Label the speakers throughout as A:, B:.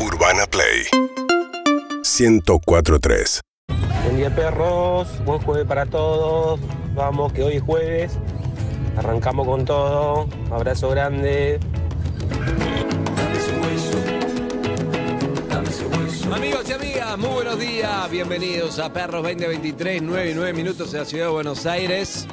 A: Urbana Play 1043.
B: Buen día perros, buen jueves para todos. Vamos que hoy es jueves. Arrancamos con todo. Abrazo grande.
C: Amigos y amigas, muy buenos días. Bienvenidos a Perros 2023, 9 y 9 minutos en la ciudad de Buenos Aires.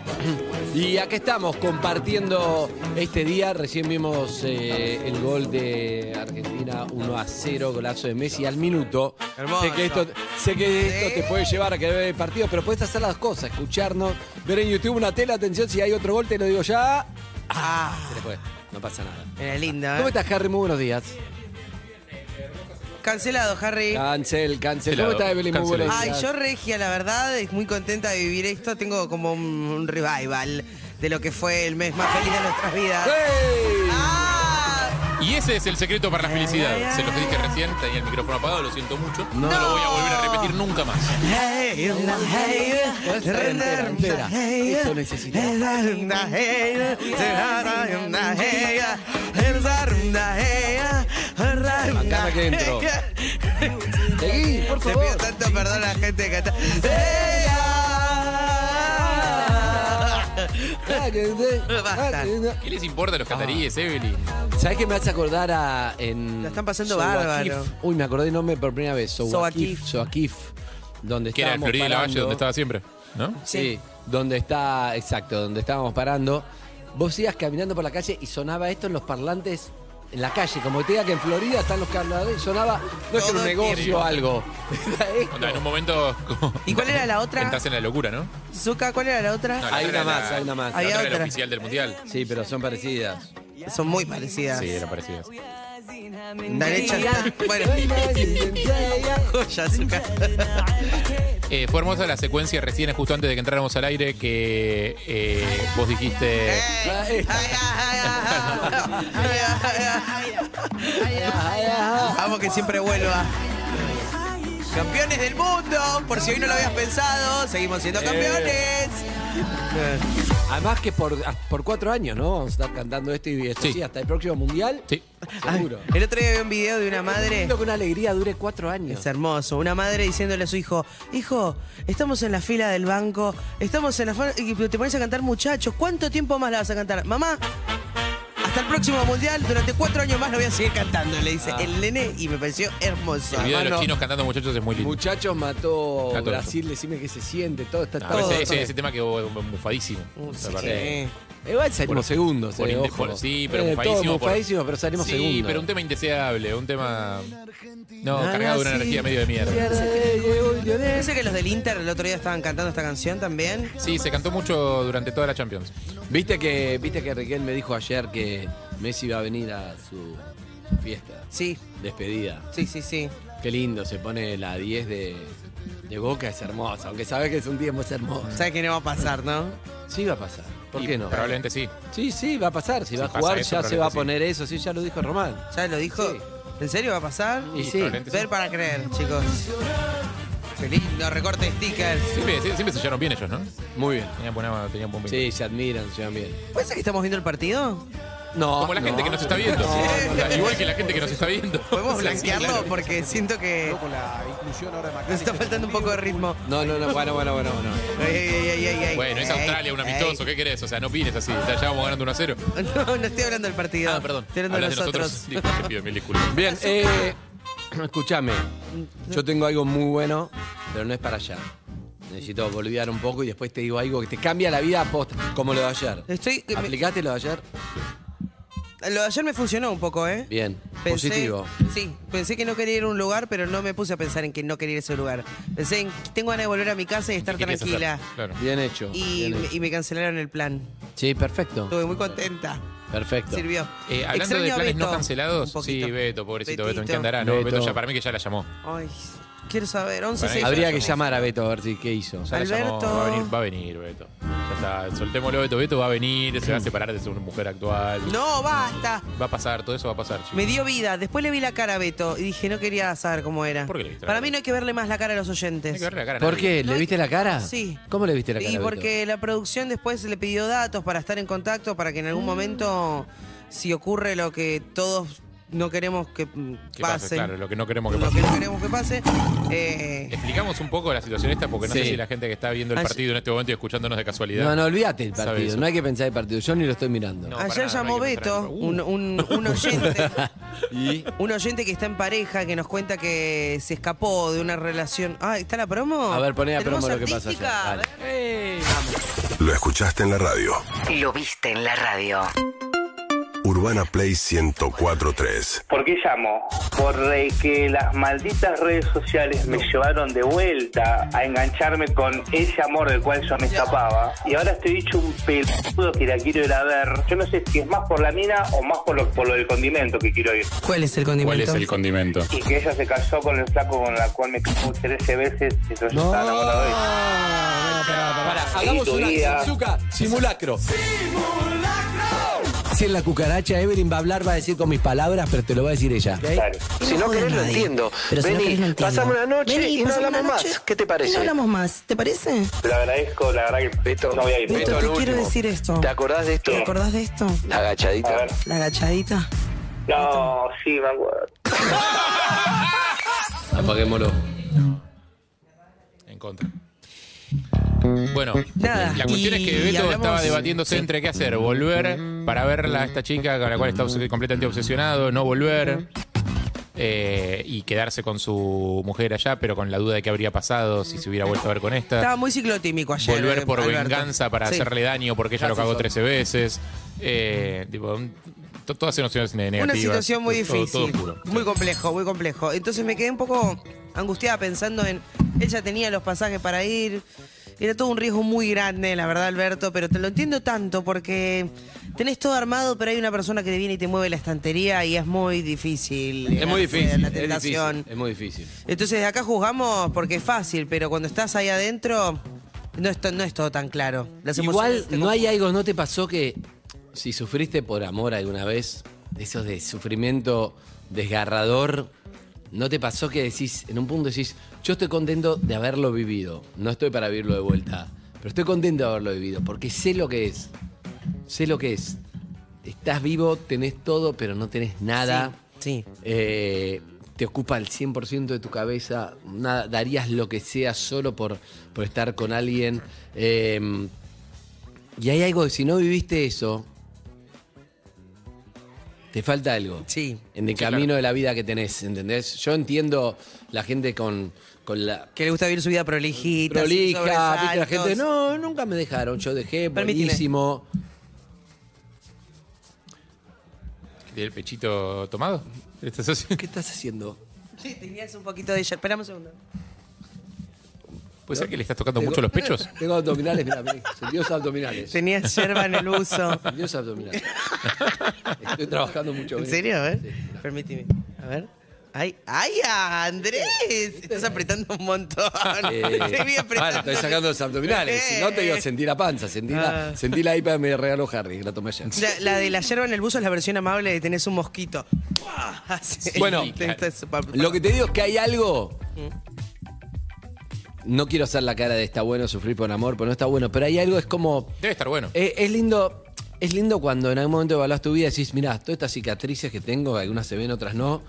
C: Y acá estamos compartiendo este día. Recién vimos eh, el gol de Argentina 1 a 0, golazo de Messi al minuto.
D: Hermoso.
C: Sé que esto, sé que esto te puede llevar a querer ver el partido, pero puedes hacer las cosas, escucharnos, ver en YouTube una tela. Atención, si hay otro gol, te lo digo ya.
D: Ah,
C: Se le fue, no pasa nada.
D: era lindo,
C: ¿Cómo
D: ¿eh?
C: estás, Harry? Muy buenos días.
D: Cancelado, Harry.
C: Cancel, cancel. ¿Cómo estás, Evelyn? Muy buenos
D: Ay,
C: días.
D: yo regia, la verdad, es muy contenta de vivir esto. Tengo como un, un revival de lo que fue el mes más feliz de nuestras vidas.
C: ¡Hey!
D: ¡Ah!
E: Y ese es el secreto para la
D: ay, ay.
E: felicidad. Se los dije recién, tenía el micrófono apagado, lo siento mucho. No, lo voy a volver a repetir nunca más.
D: Hey, una hey,
C: Entera, entera.
D: una hey,
C: Eso necesitamos.
D: una hey, una hey, una hey,
C: Acá que entro. Seguí, por
D: Te
C: favor.
D: pido tanto perdón a la gente que está. ¡Ella! Basta.
E: ¿Qué les importa a
C: Ah.
E: los cataríes, Evelyn?
C: ¿Sabes qué me hace acordar a. En
D: La están pasando
C: Soakif?
D: bárbaro.
C: Uy, me acordé el nombre por primera vez. Soakif.
D: Soakif.
C: Soakif. Donde
E: Que era el
C: estábamos
E: Florida y la Valle
C: parando.
E: donde estaba siempre, ¿no?
C: Sí, donde está. Exacto, donde estábamos parando. Vos ibas caminando por la calle y sonaba esto en los parlantes en la calle. Como te diga que en Florida están los carnavales. Sonaba. No es que era
D: Todo
C: un
D: el
C: negocio
D: tiempo.
C: o algo. Era esto.
E: Onda, en un momento. como-
D: ¿Y cuál era la otra?
E: Estás en la locura, ¿no?
D: Zuka, ¿cuál era la otra?
E: No, la
C: Hay
E: otra
C: una
E: era
C: más,
E: la-
C: hay una más.
E: La
D: Hay
E: otra era la
D: otra.
E: oficial del mundial.
C: Sí, pero son parecidas.
D: Son muy parecidas.
E: Sí, era parecida.
D: La derecha está- Bueno, joya, Zuka.
E: Eh, fue hermosa la secuencia recién, justo antes de que entráramos al aire, que eh, vos dijiste.
D: Ey, ay, ay, ay, ay, ay, ay, ay. Vamos que siempre vuelva. Campeones del mundo, por si hoy no lo habías pensado, seguimos siendo campeones.
C: Además que por, ah, por cuatro años, ¿no? Vamos a estar cantando esto y esto
E: Sí.
C: sí, hasta el próximo mundial.
E: Sí.
C: Seguro.
D: El otro día vi un video de una madre.
C: Siento que una alegría dure cuatro años.
D: Es hermoso. Una madre diciéndole a su hijo, hijo, estamos en la fila del banco, estamos en la fa- y te pones a cantar muchachos, ¿cuánto tiempo más la vas a cantar? Mamá, hasta el próximo mundial, durante cuatro años más la voy a seguir cantando, le dice
C: Ah.
D: el nene y me pareció hermoso.
E: El video de
C: Hermano.
E: los chinos cantando muchachos es muy lindo.
C: Muchachos mató
E: Está todo.
C: Brasil, decime qué se siente, todo está
E: No,
C: todo.
E: pero Ah, ese,
D: todo.
E: ese- ese tema quedó bufadísimo.
D: Uh, Sí.
C: Igual salimos
E: Por-
C: segundos,
E: por
C: eh,
E: inde-
C: ojo.
E: por- sí, pero
C: Eh,
E: mufadísimo
C: todos
E: por-
C: mufadísimos, pero salimos
E: sí,
C: segundos.
E: pero un tema indeseable, un tema. No,
C: Nada
E: cargado de una
C: así.
E: energía medio de mierda.
C: Mierda de huevo, yo de-
D: Parece que los del Inter el otro día estaban cantando esta canción también.
E: Sí, se cantó mucho durante toda la Champions.
C: Viste que, viste que Riquel me dijo ayer que Messi iba a venir a su fiesta,
D: Sí,
C: despedida.
D: sí, sí, sí.
C: Qué lindo, se pone la 10 de, de Boca, es hermosa. Aunque sabes que es un tiempo, es hermoso.
D: Sabes que no va a pasar, ¿no?
C: Sí va a pasar. ¿Por
E: Y
C: qué no?
E: Probablemente sí.
C: Sí, sí, va a pasar. Si va a
E: pasa
C: jugar,
E: eso,
C: ya se va a
E: probablemente
C: poner eso. Sí, ya lo dijo Román.
D: ¿Ya lo dijo?
C: Sí.
D: ¿En serio va a pasar?
C: Y sí.
E: probablemente sí.
D: Ver para creer, chicos. Qué lindo, recorte de stickers.
E: Siempre, sie- siempre se llevaron bien ellos, ¿no?
C: Muy bien.
E: Tenían buena- tenían buen vínculo.
C: Sí, se admiran, se llevan bien.
D: ¿Puede ser que estamos viendo el partido?
C: No.
E: Como la gente que nos está
C: no,
E: viendo.
C: no,
E: O sea, Igual que la gente que nos está viendo.
D: ¿Podemos
E: O sea, sí,
D: blanquearlo?
E: claro.
D: Porque siento que nos está faltando un poco de ritmo.
C: No, no, no, bueno, bueno, bueno, bueno.
D: Ey, ey, ey, ey, ey.
E: Bueno, es Australia, un
D: Ey,
E: amistoso,
D: ey.
E: ¿qué querés? O sea, no opines así. Ya, ya vamos ganando 1 a 0.
D: No, no estoy hablando del partido.
E: Ah, perdón.
D: Estoy hablando
E: Hablas
D: de nosotros.
E: Digo, te pido mil disculpas.
C: Bien, eh, escúchame. Yo tengo algo muy bueno, pero no es para allá. Necesito olvidar un poco y después te digo algo que te cambia la vida post, como lo de ayer.
D: Estoy- que me-
C: ¿Aplicaste lo de ayer?
D: Lo de ayer me funcionó un poco, ¿eh?
C: Bien.
D: Pensé-
C: Positivo.
D: Sí, pensé que no quería ir a un lugar, pero no me puse a pensar en que no quería ir a ese lugar. Pensé en que tengo ganas de volver a mi casa y estar
E: ¿Qué querías hacer?
D: tranquila.
E: Claro.
C: Bien hecho.
D: Y,
C: bien
D: me-
C: hecho.
D: y me cancelaron el plan.
C: Sí, perfecto.
D: Estuve muy contenta.
C: Perfecto.
D: Sirvió.
E: Eh, hablando
D: Extraño
E: de
D: a
E: planes no
D: Beto
E: cancelados,
D: un poquito.
E: sí, Beto, pobrecito Beto, ¿en qué
D: Betito.
E: andará? No,
C: Beto.
E: Beto. ya para mí que ya la llamó.
D: Ay, quiero saber. 11
E: Para
D: seis-
E: ahí
C: Habría que
E: Llamó.
C: llamar a Beto a ver si qué hizo.
E: Ya la llamó,
D: Alberto.
E: va a venir, va a venir Beto. Ya está, soltémoslo Beto, Beto va a venir, se va a separar de su mujer actual.
D: No, basta.
E: Va a pasar, todo eso va a pasar, chicos.
D: Me dio vida. Después le vi la cara a Beto y dije, no quería saber cómo era.
E: ¿Por qué le viste la
D: Para
E: cara?
D: mí no hay que verle más la cara a los oyentes.
E: Hay que verle la cara a
C: ¿Por
E: nadie.
C: qué? ¿Le
D: No,
C: viste la cara?
D: Sí.
C: ¿Cómo le viste la cara?
D: Y
C: Beto?
D: porque la producción después le
E: Mm.
D: pidió datos para estar en contacto, para que en algún momento, si ocurre lo que todos no queremos que mm,
E: Que pase,
D: pasen.
E: claro, lo que no queremos que
D: lo
E: pase.
D: que no queremos que pase. eh,
E: Explicamos un poco la situación esta porque no
C: Sí.
E: sé si la gente que está viendo el
D: Ayer-
E: partido en este momento y escuchándonos de casualidad.
C: No, no, olvídate el
E: Sabe
C: partido.
E: eso.
C: No hay que pensar el partido. Yo ni lo estoy mirando.
E: No, para
D: ayer
E: nada,
D: llamó
E: no hay que mostrar
D: Beto,
E: nunca.
D: un, un- un oyente.
C: Y
D: Un oyente que está en pareja que nos cuenta que se escapó de una relación. Ah, ¿está la promo?
C: A ver, poné la
D: ¿Tenemos
C: promo lo que pasa ayer,
D: artística?
C: dale.
D: A ver.
A: Lo escuchaste en la radio.
F: Lo viste en la radio.
A: Urbana Play 1043.
G: ¿Por qué llamo? Porque las malditas redes sociales me llevaron de vuelta a engancharme con ese amor del cual yo me escapaba. Y ahora estoy dicho un peludo que la quiero ir a ver. Yo no sé si es más por la mina o más por lo, por lo del condimento que quiero ir.
D: ¿Cuál es el
E: ¿Cuál
D: condimento?
E: es el condimento?
G: Y que ella se casó con el flaco con la cual me casó 13 veces. Entonces yo estaba enamorado de ella.
H: Pará,
G: Sí,
H: hagamos
G: tu
H: una
G: vida.
H: Suzuka, simulacro.
C: si en la cucaracha Evelyn va a hablar, va a decir con mis palabras, pero te lo va a decir ella. ¿ok?
G: Claro.
I: Si no querés, lo
J: Nadie.
I: entiendo.
J: Pero si no
I: Vení,
J: querés, lo entiendo.
I: pasame una noche
J: Vení,
I: y no
J: pasame una
I: hablamos
J: noche
I: más. ¿Qué te
J: y no
I: parece?
J: hablamos más, ¿te parece?
G: Te lo agradezco, la verdad que
I: Beto,
G: no voy a ir.
I: Beto,
J: Beto,
I: al
J: te quiero
I: último.
J: decir esto.
I: ¿Te acordás de esto?
J: ¿Te acordás de esto?
I: La agachadita.
G: A ver.
J: La agachadita.
G: No, sí, me acuerdo.
H: Apaguémoslo.
E: En contra. Bueno,
D: Nada.
E: la cuestión es que
D: Y
E: Beto
D: hablamos-
E: estaba debatiéndose entre qué hacer, volver para verla a esta chica con la cual está obs- completamente obsesionado, no volver eh, y quedarse con su mujer allá, pero con la duda de qué habría pasado si se hubiera vuelto a ver con
D: Estaba
E: esta,
D: muy ciclotímico ayer.
E: volver
D: eh,
E: por
D: Alberto.
E: venganza para
D: Sí.
E: hacerle daño porque ella lo cagó 13 veces, eh, tipo, un- to- todas emociones ne-
D: Una
E: negativas.
D: situación muy
E: Todo-
D: difícil.
E: todo oscuro.
D: muy complejo, muy complejo. Entonces me quedé un poco angustiada pensando en. Ella tenía los pasajes para ir. Era todo un riesgo muy grande, la verdad, Alberto, pero te lo entiendo tanto porque tenés todo armado, pero hay una persona que te viene y te mueve la estantería y es muy difícil.
C: Es muy
D: acceder a
C: difícil.
D: La
C: Es,
D: tentación.
C: difícil, es muy difícil.
D: Entonces de acá juzgamos porque es fácil, pero cuando estás ahí adentro no es, to- no es todo tan claro. Las
C: Igual,
D: emociones te
C: ¿no hay algo, no te pasó que si sufriste por amor alguna vez, de esos de sufrimiento desgarrador, ¿no te pasó que decís, en un punto decís, yo estoy contento de haberlo vivido, no estoy para vivirlo de vuelta, pero estoy contento de haberlo vivido, porque sé lo que es, sé lo que es. Estás vivo, tenés todo, pero no tenés nada.
D: Sí, sí.
C: Eh, te ocupa el 100% de tu cabeza, nada, darías lo que sea solo por, por estar con alguien. Eh, y hay algo que si no viviste eso, te falta algo.
D: Sí.
C: En el
E: Sí,
C: camino
E: claro.
C: de la vida que tenés, ¿entendés? Yo entiendo la gente con, con la
D: Que le gusta vivir su vida prolijita. sin
C: prolija, viste, la gente, no,
D: sobresaltos.
C: nunca me dejaron, yo dejé,
D: Permitime.
C: buenísimo.
E: ¿Del pechito tomado? ¿Estás haciendo?
C: ¿Qué estás haciendo?
D: Sí, tenías un poquito de ella. Esperame un segundo.
E: ¿Puede ser que le estás tocando mucho los pechos?
C: Tengo abdominales, mirá, mirá, sentidos abdominales.
D: Tenías yerba en el uso.
C: Sentidos abdominales. Estoy trabajando mucho.
D: ¿En
C: mirá.
D: serio? A ver. Permíteme. A ver. ¡Ay, ay, Andrés! Estás apretando un montón.
C: Eh,
D: Te vi apretando. Eh,
C: bueno, estoy sacando los abdominales. Si no, te digo, sentí la panza. Sentí, la,
D: Ah.
C: sentí la IPA que me regaló Harry, que la tomé ayer.
D: La, la de la yerba en el buzo es la versión amable de tenés un mosquito. Así.
C: Bueno, eh,
D: Te- te- pa- pa-
C: Lo que te digo es que hay algo.
D: Mm.
C: No quiero hacer la cara de está bueno sufrir por amor, pero no está bueno. Pero hay algo, es como.
E: Debe estar bueno.
C: Eh, es lindo. Es lindo cuando en algún momento evaluás tu vida y decís, mirá, todas estas cicatrices que tengo, algunas se ven, otras no,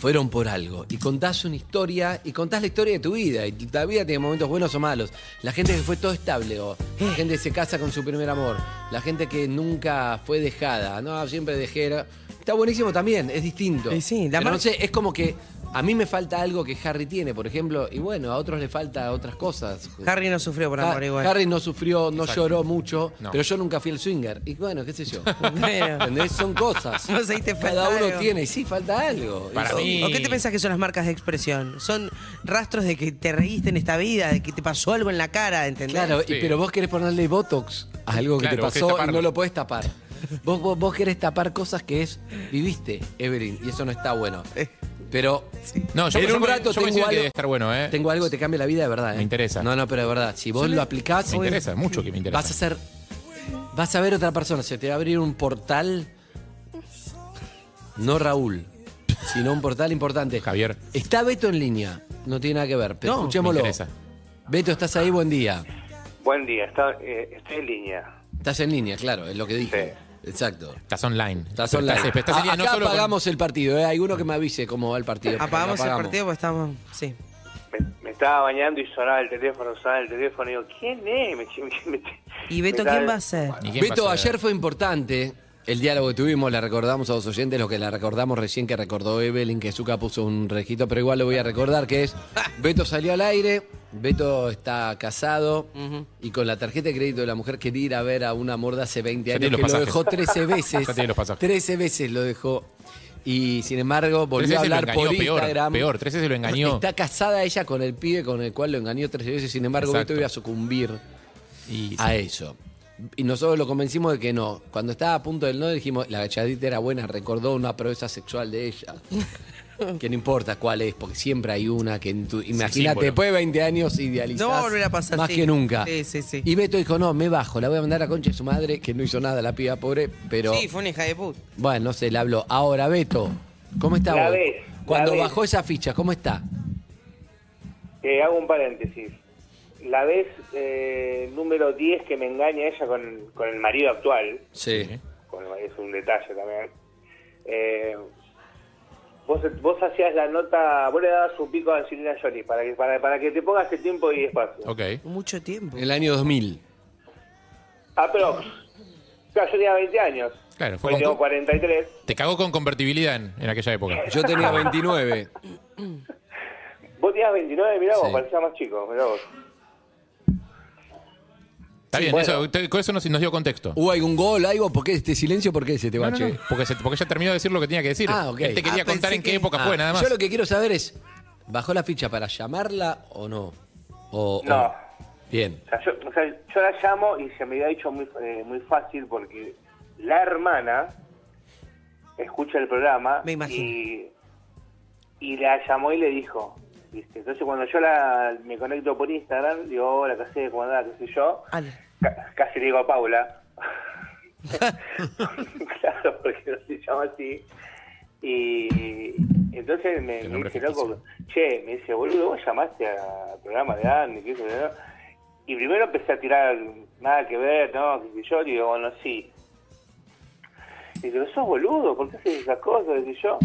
C: fueron por algo. Y contás una historia, y contás la historia de tu vida. Y la vida tiene momentos buenos o malos. La gente que fue todo estable, o la
D: Ah.
C: gente que se casa con su primer amor, la gente que nunca fue dejada, no, siempre dejé. era- Está buenísimo también, es distinto.
D: Y sí, la
C: Pero
D: mar-
C: no sé, es como que a mí me falta algo que Harry tiene, por ejemplo, y bueno, a otros le falta otras cosas.
D: Harry no sufrió por
C: Ha-
D: amor igual.
C: Harry no sufrió, no lloró mucho,
E: No.
C: pero yo nunca fui el swinger. Y bueno, qué sé yo.
D: Bueno.
C: ¿Entendés? Son cosas.
D: No sé, y te
C: Cada
D: falta
C: uno
D: algo.
C: tiene, y sí, falta algo.
E: Para
C: Eso-
E: mí-
D: ¿O qué te pensás que son las marcas de expresión? Son rastros de que te reíste en esta vida, de que te pasó algo en la cara, ¿entendés?
C: Claro, y-
E: Sí.
C: pero vos querés ponerle botox a algo que
E: Claro,
C: te
E: vos
C: pasó
E: querés
C: y
E: taparlo.
C: no lo podés tapar. Vos, vos, vos querés tapar cosas que es viviste, Evelyn, y eso no está bueno.
D: Eh.
C: Pero
E: No, yo,
C: en
E: yo-
C: un rato
E: yo
C: tengo
E: coincido que
C: algo,
E: debe estar bueno, ¿eh?
C: tengo algo que te cambia la vida de verdad. ¿eh?
E: Me interesa.
C: No, no, pero de verdad, si vos lo aplicás...
E: Me interesa, mucho que me interesa.
C: Vas a ser. Vas a ver otra persona, se te va a abrir un portal. No Raúl, sino un portal importante.
E: Javier.
C: Está Beto en línea, no tiene nada que ver, pero
D: No,
C: escuchémoslo.
E: me interesa.
C: Beto, estás ahí, buen día.
G: Buen día, está- eh, estoy en línea.
C: Estás en línea, claro, es lo que dije. Exacto.
E: Estás online.
C: Estás
E: Pero
C: online.
E: Estás, estás en
C: A-
E: línea no
C: acá
E: solo con-
C: apagamos el partido, ¿eh? Hay uno que me avise cómo va el partido. porque
D: Apagamos
C: lo
D: el partido porque estamos. Sí.
G: Me, me estaba bañando y sonaba el teléfono, sonaba el teléfono. Y digo, ¿quién es? Me- me- me-
D: ¿Y Beto
G: me
D: quién
G: da-
D: va a ser?
E: ¿Y quién
C: Beto,
E: pasa?
C: ayer fue importante el diálogo que tuvimos, le recordamos a los oyentes lo que le recordamos recién que recordó Evelyn, que Zuka puso un rejito, pero igual lo voy a recordar, que es Beto salió al aire, Beto está casado y con la tarjeta de crédito de la mujer quería ir a ver a un amor de hace 20
E: Ya
C: años
E: tiene
C: que
E: los
C: lo
E: pasajes.
C: dejó 13 veces.
E: Ya tiene los pasajes.
C: 13 veces lo dejó. Y sin embargo,
E: Tres
C: volvió a
E: veces lo
C: hablar
E: engañó,
C: por
E: peor,
C: Instagram.
E: peor. Tres veces lo engañó.
C: Está casada ella con el pibe con el cual lo engañó 13 veces, sin embargo,
E: Exacto.
C: Beto iba a sucumbir
E: Y-
C: a eso. Y nosotros lo convencimos de que no. Cuando estaba a punto del no, dijimos, la gachadita era buena, recordó una proeza sexual de ella. que no importa cuál es, porque siempre hay una que en tu- imagínate,
E: símbolo.
C: después de 20 años idealizás
D: No va a volver a pasar,
C: más
D: sí.
C: que nunca.
D: Sí, sí, sí.
C: Y Beto dijo, no, me bajo, la voy a mandar a concha de su madre, que no hizo nada la piba pobre, pero
D: Sí, fue una hija de puta.
C: bueno, no se le habló. Ahora, Beto, ¿cómo está
G: La
C: vos?
G: ves,
C: Cuando
G: la ves.
C: bajó esa ficha, ¿cómo está?
G: Eh, hago un paréntesis. La vez eh, número 10 que me engaña ella con, con el marido actual,
C: Sí.
G: con el marido, es un detalle también, eh, vos, vos hacías la nota, vos le dabas un pico a Angelina Jolie para que, para, para que te pongas el tiempo y espacio.
E: Ok.
D: Mucho tiempo.
C: El año 2000.
G: Ah, pero claro, yo tenía 20 años,
E: Claro, fue
G: hoy tengo
E: con-
G: 43.
E: Te cagó con convertibilidad en, en aquella época.
C: Yo tenía 29.
G: Vos tenías 29, mirá vos,
C: Sí.
G: parecía más chico, mirá vos.
E: Está bien,
G: bueno.
E: eso, te- con eso nos, nos dio contexto.
C: ¿Hubo algún gol, algo? ¿Por qué este silencio? ¿Por qué se te
E: No,
C: va,
E: no,
C: che?
E: no, porque, se- porque ya terminó de decir lo que tenía que decir.
C: Ah, ok.
E: Él te quería
D: Ah,
E: contar
D: pensé
E: en qué
D: que-
E: época
C: Ah,
E: fue, nada más.
C: Yo lo que quiero saber es, ¿bajó la ficha para llamarla o no? O, o-
G: No.
C: Bien.
G: O sea, yo, o sea, yo la llamo y se me había hecho muy, eh, muy fácil porque la hermana escucha el programa
D: Me imagino.
G: Y, y la llamó y le dijo. ¿viste? Entonces cuando yo la, me conecto por Instagram, digo, hola, ¿qué sé? ¿Cómo andás? ¿Qué sé yo?
D: Ale.
G: Ca- casi le digo a Paula. claro, porque no se llama así. Y entonces me,
E: Qué
G: me
E: nombre
G: dice,
E: ficticio.
G: loco, che, me dice, boludo, vos llamaste al programa de Andy, qué sé yo. Y primero empecé a tirar, nada que ver, no, qué sé yo, y digo, bueno, sí. Y digo, sos boludo, ¿por qué haces esas cosas? Dice yo.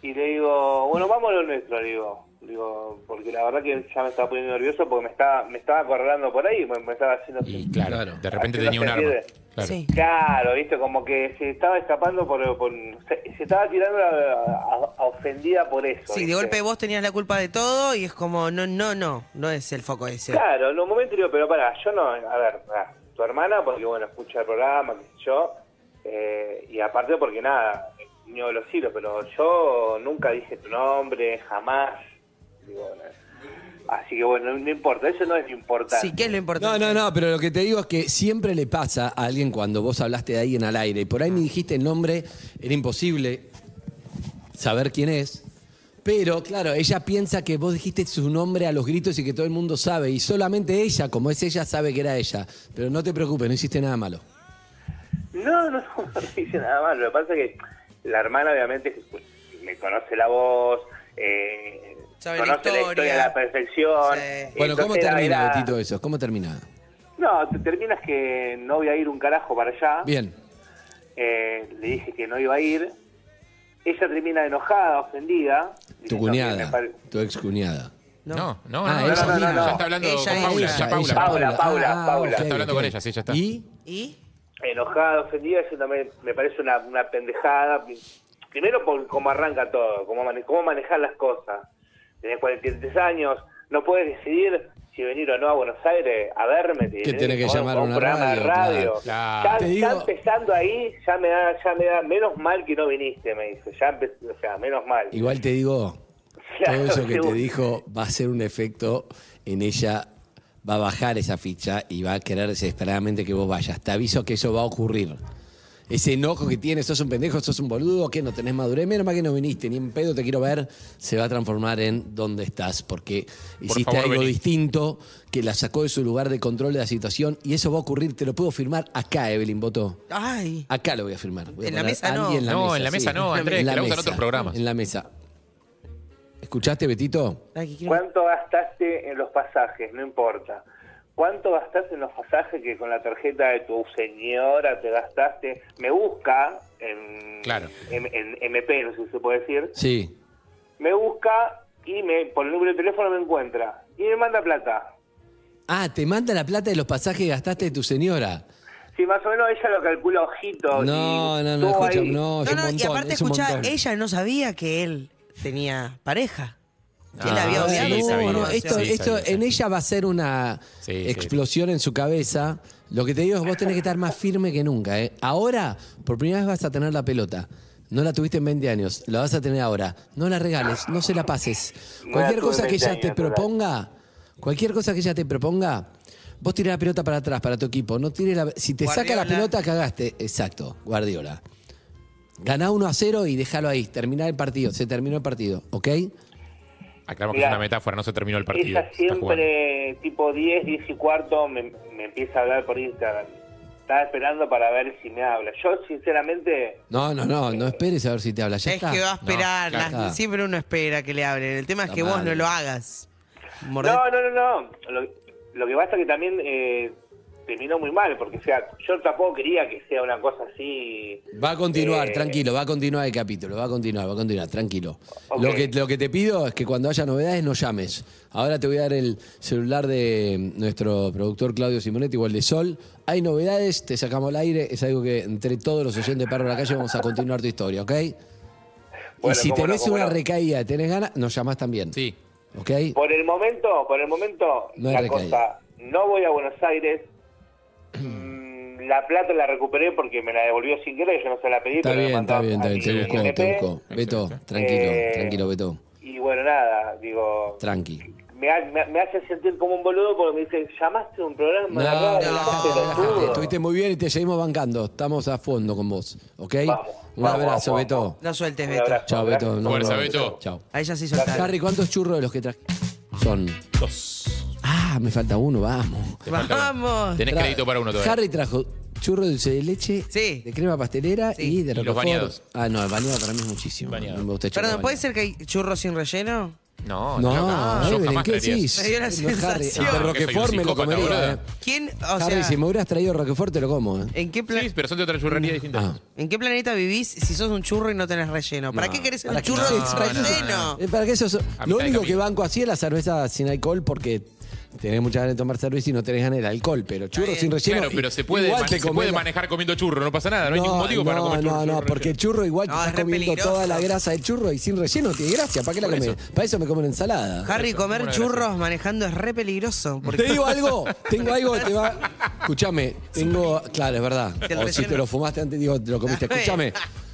G: Y le digo, bueno, vamos a lo nuestro, le digo. Digo, porque la verdad que ya me estaba poniendo nervioso porque me estaba, me estaba acorralando por ahí, me, me estaba haciendo...
E: Y claro,
C: Claro.
E: de repente
G: Así
E: tenía
G: no
E: un
G: se
E: arma.
G: entiende.
E: Claro.
D: Sí.
G: Claro, viste, como que se estaba escapando por... por- se, se estaba tirando a, a- a ofendida por eso.
D: Sí, de
G: ¿viste?
D: golpe vos tenías la culpa de todo y es como, no, no, no, no es el foco ese.
G: Claro, en un momento digo, pero pará, yo no, a ver, pará, tu hermana, porque bueno, escucha el programa, qué sé yo, eh, y aparte porque nada, niño de los hilos, pero yo nunca dije tu nombre, jamás, digo, no. así que bueno, no, importa, eso no es lo importante.
D: Sí, ¿qué es lo
C: No,
D: importante?
C: no, no, pero lo que te digo es que siempre le pasa a alguien cuando vos hablaste de alguien al aire y por ahí me dijiste el nombre, era imposible saber quién es. Pero claro, ella piensa que vos dijiste su nombre a los gritos y que todo el mundo sabe. Y solamente ella, como es ella, sabe que era ella. Pero no te preocupes, no hiciste nada malo.
G: No, no, no dice nada más. Lo que pasa es que la hermana obviamente me conoce la voz, eh,
D: Sabe la
G: conoce la historia.
D: historia.
G: a la perfección.
D: Sí.
C: Bueno, ¿cómo
G: Entonces era-
C: termina,
G: era-
C: Betito, eso? ¿Cómo termina?
G: No, te terminas que no voy a ir un carajo para allá.
C: Bien.
G: Eh, le dije que no iba a ir. Ella termina enojada, ofendida. Dice,
C: Tu
G: "No, que me
C: cuñada,
G: pare-
C: tu ex cuñada.
E: No, no, no.
C: Ah,
E: no,
C: ella
E: no, no,
C: misma.
E: no, Ya está hablando
D: Ella,
E: con
D: ella,
E: Paula. ya
D: ella,
E: Paula.
G: Paula, Paula, Paula.
C: ah, ok,
E: Está hablando
C: ok.
E: con ella, sí, ya está.
C: ¿Y?
D: ¿Y?
G: enojada, ofendida, eso también me parece una, una pendejada. Primero por cómo arranca todo, cómo, mane- cómo manejar las cosas. Tenés 43 años, no puedes decidir si venir o no a Buenos Aires a verme.
C: Que tenés que llamar
G: llamar
C: a una
G: programa de
C: radio,
G: radio.
E: claro.
G: Ya,
C: Te
G: ya
C: digo-
G: empezando ahí, ya me, da, ya me da, menos mal que no viniste, me dice. Ya empe- o sea, menos mal.
C: Igual te digo,
G: Claro,
C: todo eso que te
G: seguro.
C: dijo va a ser un efecto en ella, va a bajar esa ficha y va a querer desesperadamente que vos vayas. Te aviso que eso va a ocurrir. Ese enojo que tienes, sos un pendejo, sos un boludo, que no tenés madurez, menos mal que no viniste, ni en pedo te quiero ver, se va a transformar en dónde estás, porque hiciste
E: favor,
C: algo
E: vení.
C: distinto que la sacó de su lugar de control de la situación y eso va a ocurrir, te lo puedo firmar acá, Evelyn Botó.
D: Ay.
C: Acá lo voy a firmar. Voy a
D: En la
C: poner
D: mesa
C: Andy
D: no.
C: En la
E: No,
C: mesa,
E: en la
C: sí.
E: mesa no, Andrés,
C: En
E: que la usan otros programas.
C: En la mesa. ¿Escuchaste, Betito?
D: Ay, que quiero-
G: ¿Cuánto gastaste en los pasajes? No importa. ¿Cuánto gastaste en los pasajes que con la tarjeta de tu señora te gastaste? Me busca en,
E: Claro.
G: en, en MP, no sé si se puede decir.
C: Sí.
G: Me busca y me por el número de teléfono me encuentra. Y me manda plata.
C: Ah, te manda la plata de los pasajes que gastaste de tu señora.
G: Sí, más o menos ella lo calcula ojito.
C: No,
G: y
C: no, no,
G: estuvo
C: escucha,
G: ahí.
C: no, es
D: No,
C: un
D: no,
C: montón.
D: y aparte,
C: es un
D: escuchá,
C: montón.
D: ella no sabía que él tenía pareja. Que
E: Ah,
D: él había
E: sí,
D: odiado.
E: sabía,
D: por
C: no,
E: sabía,
C: esto,
D: divorcio.
E: sí,
C: esto
E: sabía,
C: en
E: sabía.
C: ella va a ser una
E: Sí, sí.
C: explosión en su cabeza. Lo que te digo es vos tenés que estar más firme que nunca. ¿eh? Ahora, por primera vez vas a tener la pelota. No la tuviste en 20 años, la vas a tener ahora. No la regales, no se la pases.
G: No la
C: Cualquier
G: tuve
C: cosa que
G: 20
C: ella te
G: años, total.
C: proponga, cualquier cosa que ella te proponga, vos tirás la pelota para atrás, para tu equipo. No tires la- si te saca la
D: Guardiola.
C: pelota, cagaste. Exacto, Guardiola. Ganá 1 a 0 y déjalo ahí. Terminar el partido, se terminó el partido, ¿ok?
E: Aclaramos
G: Mirá,
E: que es una metáfora, no se terminó el partido.
G: Ella
E: está jugando.
G: siempre, tipo 10, 10 y cuarto, me, me empieza a hablar por Instagram. Estaba esperando para ver si me habla. Yo, sinceramente,
C: No, no, no, no esperes a ver si te habla. Ya
D: Es
C: está.
D: que va a esperar.
E: No,
C: ya está.
D: las- siempre uno espera que le hablen. El tema es
C: Está
D: que vos
C: mal.
D: no lo hagas. Mordete.
G: No, no, no, no. Lo, lo que pasa es que también eh, terminó muy mal, porque o sea, yo tampoco quería que sea una cosa así.
C: Va a continuar,
G: eh,
C: tranquilo, va a continuar el capítulo, va a continuar, va a continuar, tranquilo.
G: Ok.
C: Lo, que, lo que te pido es que cuando haya novedades no llames. Ahora te voy a dar el celular de nuestro productor Claudio Simonetti o el de Sol. Hay novedades, te sacamos al aire, es algo que entre todos los oyentes de Perro de la Calle vamos a continuar tu historia, ¿ok?
G: Bueno,
C: y si
G: cómo no,
C: tenés
G: cómo
C: una
G: no.
C: recaída, tenés ganas, nos llamás también.
E: Sí.
C: ¿Ok?
G: Por el momento, por el momento,
C: No hay
G: la
C: recaída.
G: cosa, no voy a Buenos Aires. Mm, la plata la recuperé porque me la devolvió sin querer, yo no se la pedí.
C: Está
G: pero la
C: bien, está
G: mandaron
C: bien, está
G: a
C: bien, te
G: mi
C: buscó, te
G: MP.
C: buscó. Beto,
E: Excelente.
C: tranquilo,
G: Eh,
C: tranquilo, Beto,
G: Y bueno, nada, digo,
C: tranqui.
G: me, ha- me, me hace sentir como un boludo porque me dice, llamaste a un programa. de
C: No,
G: radio,
C: relajate,
G: sos
C: relajate.
G: pelotudo".
C: Estuviste muy bien y te seguimos bancando. Estamos a fondo con vos, ¿ok?
G: Vamos,
C: Un
G: vamos,
C: abrazo,
G: vamos,
C: Beto.
G: vamos.
D: No sueltes,
G: Un
D: Beto.
G: abrazo.
C: Chao, Beto. No,
E: Fuerza,
C: no.
E: Beto.
C: Chao.
D: Ahí ya sí soltaron.
C: Harry, ¿cuántos churros de los que traje? Son.
E: Dos.
C: Ah, me falta uno, vamos.
E: Te falta uno.
D: Vamos.
E: Tenés
C: Tra-
E: crédito para uno todavía.
C: Harry trajo churro de dulce de leche,
D: Sí.
C: de crema pastelera y de
E: Y los
C: roquefort.
E: bañados.
C: Ah, no, el bañado para mí es muchísimo.
E: Bañado.
C: No me gusta el churro
D: Perdón,
C: bañado.
D: ¿puede ser que hay churros sin relleno?
E: No,
C: No,
E: no, yo
C: Evelyn,
E: jamás
C: ¿qué
E: creería eso.
C: decís?
D: Me dio la
C: No es
D: sensación.
C: Harry. El
D: No,
E: que soy un
C: roquefort me lo
E: psicópata,
C: comería.
E: boludo.
C: eh.
D: ¿Quién, o
C: Harry,
D: sea,
C: si me hubieras traído roquefort, te lo como. eh.
D: ¿en, qué pla-
E: Sí, pero son de otra churrería distinta.
C: Ah.
D: en qué planeta vivís si sos un churro y no tenés relleno? ¿Para qué querés un
C: ¿Para qué?
D: churro
C: No,
D: sin
E: no,
D: relleno?
C: Eh, para que eso, so-
E: A
C: lo
E: mitad de
C: único que
E: camino.
C: banco así es la cerveza sin alcohol porque tenés muchas ganas de tomar cerveza y no tenés ganas del alcohol, pero churro
D: bien.
C: sin relleno.
E: Claro, pero
C: i-
E: se puede,
C: igual
E: mane-
C: te
E: se
C: comés
E: puede
C: la-
E: manejar comiendo churro, no pasa nada, no, hay ningún motivo para no comer churro.
C: No, no,
E: churro,
C: porque el
E: relleno.
C: churro igual
D: No,
C: te
D: es
C: estás
D: re
C: comiendo
D: peligroso.
C: toda la grasa del churro y sin relleno tiene gracia. ¿Para qué la
E: Por
C: comes?
E: eso.
C: Para eso me como una ensalada.
D: Harry, comer
E: Una
D: churros manejando es re peligroso. Porque
C: Te digo algo, tengo algo que te va. Escúchame, tengo. Claro, es verdad.
D: Que el
C: O si
D: relleno-
C: te lo fumaste antes, digo, te lo comiste.
D: Ah, bueno.
C: Escúchame,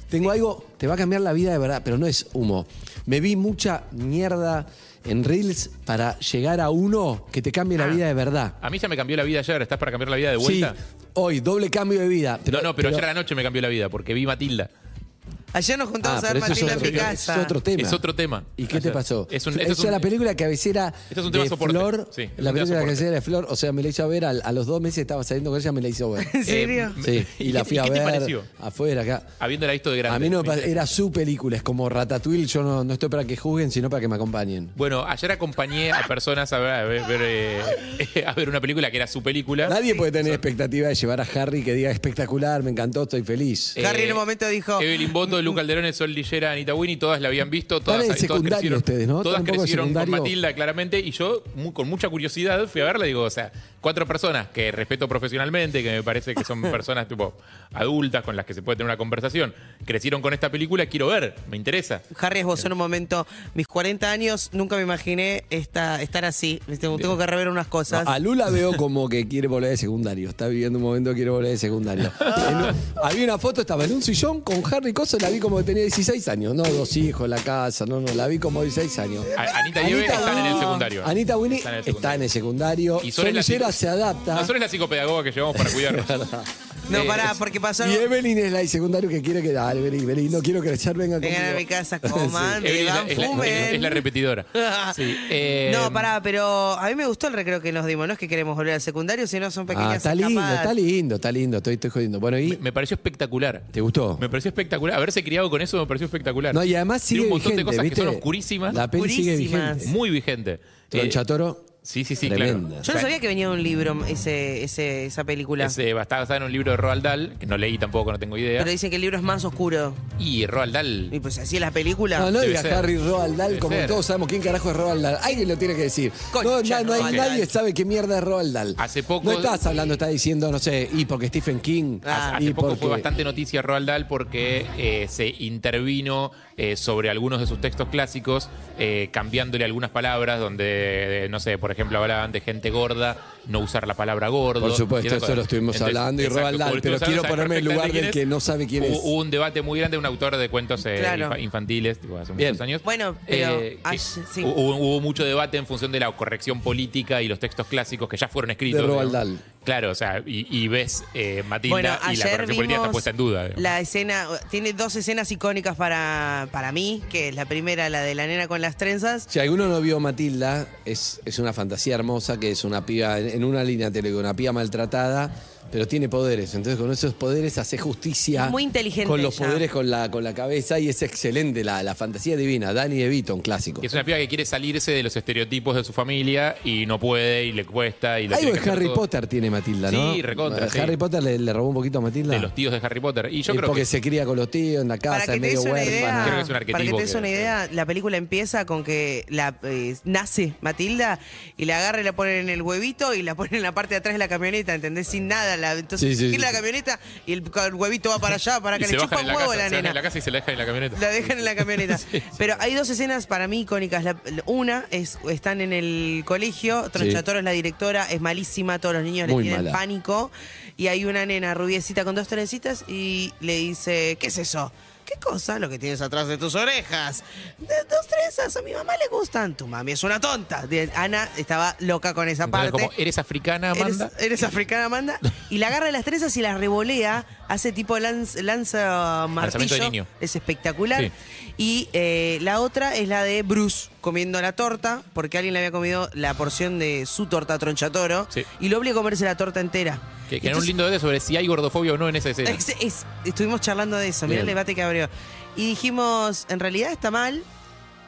C: tengo algo, te va a cambiar la vida de verdad, pero no es humo. Me vi mucha mierda en Reels para llegar a uno que te cambie
D: Ah.
C: la vida de verdad.
E: A mí ya me cambió la vida ayer, ¿estás para cambiar la vida de vuelta?
C: Sí, hoy, doble cambio de vida.
E: no, no, pero, ayer a la noche me cambió la vida porque vi Matilda.
D: Ayer nos
C: Ah,
D: juntamos a
C: pero
D: ver
C: eso es
D: Matilda en
C: otro,
D: mi
C: es
D: casa.
C: otro tema.
E: Es otro tema.
C: ¿Y qué te
E: Ayer.
C: pasó?
E: Es un-
C: Esa
E: esto es un-
C: la película cabecera
E: Esto es un tema
C: de
E: soporte.
C: Flor.
E: Sí, es un
C: la
E: tema
C: película
E: soporte.
C: cabecera de Flor, o sea, me la hizo ver a, a los dos meses, estaba saliendo con ella, me la hizo ver.
D: ¿En serio?
C: Sí, y la fui
E: ¿y
C: a
E: qué
C: ver
E: te pareció?
C: afuera acá.
E: Habiéndola visto de grande.
C: A mí no, me pa- era su película, es como Ratatouille, yo no, no estoy para que juzguen, sino para que me acompañen.
E: Bueno, ayer acompañé a personas a ver, a ver, eh, a ver una película que era su película.
C: Nadie puede tener expectativa de llevar a Harry que diga espectacular, me encantó, estoy
E: Eh,
C: feliz.
D: Harry en un momento dijo-
E: Evelyn Boto, Luca Alderone, Sol Lillera, Anita Winnie, todas la habían visto. Todas,
C: Están en
E: todas
C: secundario
E: crecieron,
C: ustedes, ¿no?
E: Todas
C: Están un poco de
E: crecieron con
C: secundario.
E: Matilda, claramente. Y yo, mu- con mucha curiosidad, fui a verla. Digo, o sea, cuatro personas que respeto profesionalmente, que me parece que son personas tipo adultas con las que se puede tener una conversación. Crecieron con esta película, quiero ver, me interesa.
C: Eh,
D: Harry esbozó en un momento, mis 40 años, nunca me imaginé esta- estar así. Tengo, tengo que rever unas
C: No,
E: ah,
D: cosas.
C: a Lula veo como que quiere volver de secundario. Está viviendo un momento que quiere volver de secundario. En un- había una foto, estaba en un sillón con Harry Coso, la vi como que tenía 16 años. No, dos hijos, la casa, no, no, la vi como 16 años.
E: A- Anita y Eve están en el secundario.
C: Anita Winnie
E: Están en el secundario.
C: está en el secundario.
E: Y
C: Sol
E: Sol es la
C: Lillera
E: psico-
C: se adapta.
E: Nosotros es la psicopedagoga que llevamos para cuidarnos.
D: no,
E: Eh,
D: pará,
E: es-
D: porque pasó
C: Y
D: algo-
C: Evelyn es la de secundario que quiere que dale, vení, vení, no quiero crecer, venga conmigo.
D: Vengan a mi casa, coman, beban,
E: Evelyn es, la, es la-
D: fumen.
E: es la repetidora. Sí, eh,
D: no, pará, pero a mí me gustó el recreo que nos dimos. No es que queremos volver al secundario, sino son pequeñas
C: Ah, está lindo,
D: escapadas.
C: está lindo, está lindo, estoy, estoy jodiendo. Bueno, ¿y
E: Me pareció espectacular.
C: te gustó?
E: Me pareció espectacular. Haberse criado con eso me pareció espectacular.
C: No, y además sigue
E: Tiene un montón
C: vigente,
E: de cosas
C: ¿viste?
E: que son oscurísimas.
C: La peli sigue
D: Oscurísimas.
C: vigente.
E: Muy vigente. Eh,
C: Tronchatoro.
E: Sí, sí, sí,
C: Tremenda.
E: claro.
D: Yo no sabía que venía de un libro ese, ese- esa película.
E: Es, eh, está basada en un libro de Roald Dahl, que no leí tampoco, no tengo idea.
D: Pero dicen que el libro es más oscuro.
E: Y Roald Dahl
D: Y pues así es la película.
C: No, no
E: Debe
C: digas
E: ser.
C: Harry Roald Dahl,
E: Debe
C: como
E: ser.
C: todos sabemos quién carajo es Roald Dahl. Alguien lo tiene que decir.
D: Concha,
C: no, na- no hay,
D: Roald Dahl.
C: nadie sabe qué mierda es Roald Dahl.
E: Hace poco-
C: No estás hablando, estás diciendo, no sé, y porque Stephen King.
D: Ah.
E: Hace
C: y
E: poco
C: porque-
E: fue bastante noticia Roald Dahl porque eh, se intervino eh, sobre algunos de sus textos clásicos, eh, cambiándole algunas palabras, donde, eh, no sé, por ejemplo, hablaban de gente gorda, no usar la palabra gordo.
C: Por supuesto,
E: y esas
C: eso
E: cosas.
C: lo estuvimos hablando y Roald Dahl,
E: como
C: pero
E: estuvimos hablando,
C: quiero
E: sabes
C: ponerme en el
E: perfectamente
C: lugar del
E: quién
C: que
E: es.
C: no sabe quién
E: Hubo-
C: es.
E: Hubo un debate muy grande de un autor de cuentos eh,
D: Claro.
E: infa- infantiles, tipo, hace
C: Bien.
E: muchos años. eh,
D: Bueno, pero
E: que
D: ayer- sí.
E: hubo, hubo mucho debate en función de la corrección política y los textos clásicos que ya fueron escritos.
C: De Roald
E: digamos.
C: Dahl.
E: Claro, o sea, y, y ves eh, Matilda
D: Bueno,
E: y la
D: ayer
E: corrección política está
D: vimos
E: puesta en duda. digamos.
D: la escena, tiene dos escenas icónicas para, para mí, que es la primera, la de la nena con las trenzas.
C: Si alguno no vio Matilda, es, es una fantasía hermosa que es una piba, en, en una línea te lo digo, una piba maltratada, pero tiene poderes. Entonces con esos poderes hace justicia.
D: Es muy inteligente
C: Con los
D: ella.
C: poderes con la, con la cabeza y es excelente la, la fantasía divina. Danny DeVito, un clásico.
E: Que es una piba que quiere salirse de los estereotipos de su familia y no puede y le cuesta y lo
C: Algo
E: tiene que
C: de
E: hacer
C: Harry
E: todo.
C: Potter tiene Matilda, ¿no?
E: Sí, recontra, sí.
C: Harry Potter le, le robó un poquito a Matilda.
E: De los tíos de Harry Potter. Y yo
C: Eh,
E: creo
C: porque
E: que
C: se cría con los tíos en la
D: Para
C: casa,
D: que
C: es
D: te
C: medio
D: des una
C: huérfana.
E: Creo que es un
D: idea, para que
E: arquetipo
D: te des
E: que-
D: una
E: sí.
D: idea, la película empieza con que la eh, nace Matilda y la agarra y la pone en el huevito y la pone en la parte de atrás de la camioneta, ¿entendés? Sin nada. la-
C: Sí,
D: entonces,
C: sí,
D: gira
C: sí.
D: la camioneta y el, el huevito va para allá, para
E: y
D: que
E: se
D: le
E: bajan
D: chupa
E: en
D: un
E: la
D: huevo
E: casa,
D: a
E: se
D: la
E: bajan
D: nena.
E: en la casa y se la dejan en la camioneta.
D: La dejan en la camioneta. Pero hay dos escenas para mí icónicas. La- la- una es están en el colegio, Tronchatoro es la directora, es malísima, todos los niños
C: Muy
D: le tienen
C: mala.
D: pánico. Y hay una nena rubiecita con dos trencitas y le dice, ¿qué es eso? ¿Qué cosa? Lo que tienes atrás de tus orejas. "De- dos trenzas, a mi mamá le gustan. Tu mami es una tonta. De- Ana estaba loca con esa
E: Entonces,
D: parte.
E: como, ¿eres africana,
D: Eres,
E: Amanda?
D: eres africana, Amanda. Y la agarra de las trenzas y las revolea. Hace tipo lanz- lanza
E: Lanzamiento de
D: martillo.
E: niño.
D: Es espectacular.
E: Sí.
D: Y eh, la otra es la de Bruce comiendo la torta, porque alguien le había comido la porción de su torta tronchatoro.
E: Sí.
D: Y lo obliga a comerse la torta entera.
E: Que, que era un
D: Entonces,
E: lindo debate sobre si hay gordofobia o no en esa escena.
D: es- es- estuvimos charlando de eso, mirá el
C: Bien.
D: debate que abrió. Y dijimos, ¿en realidad está mal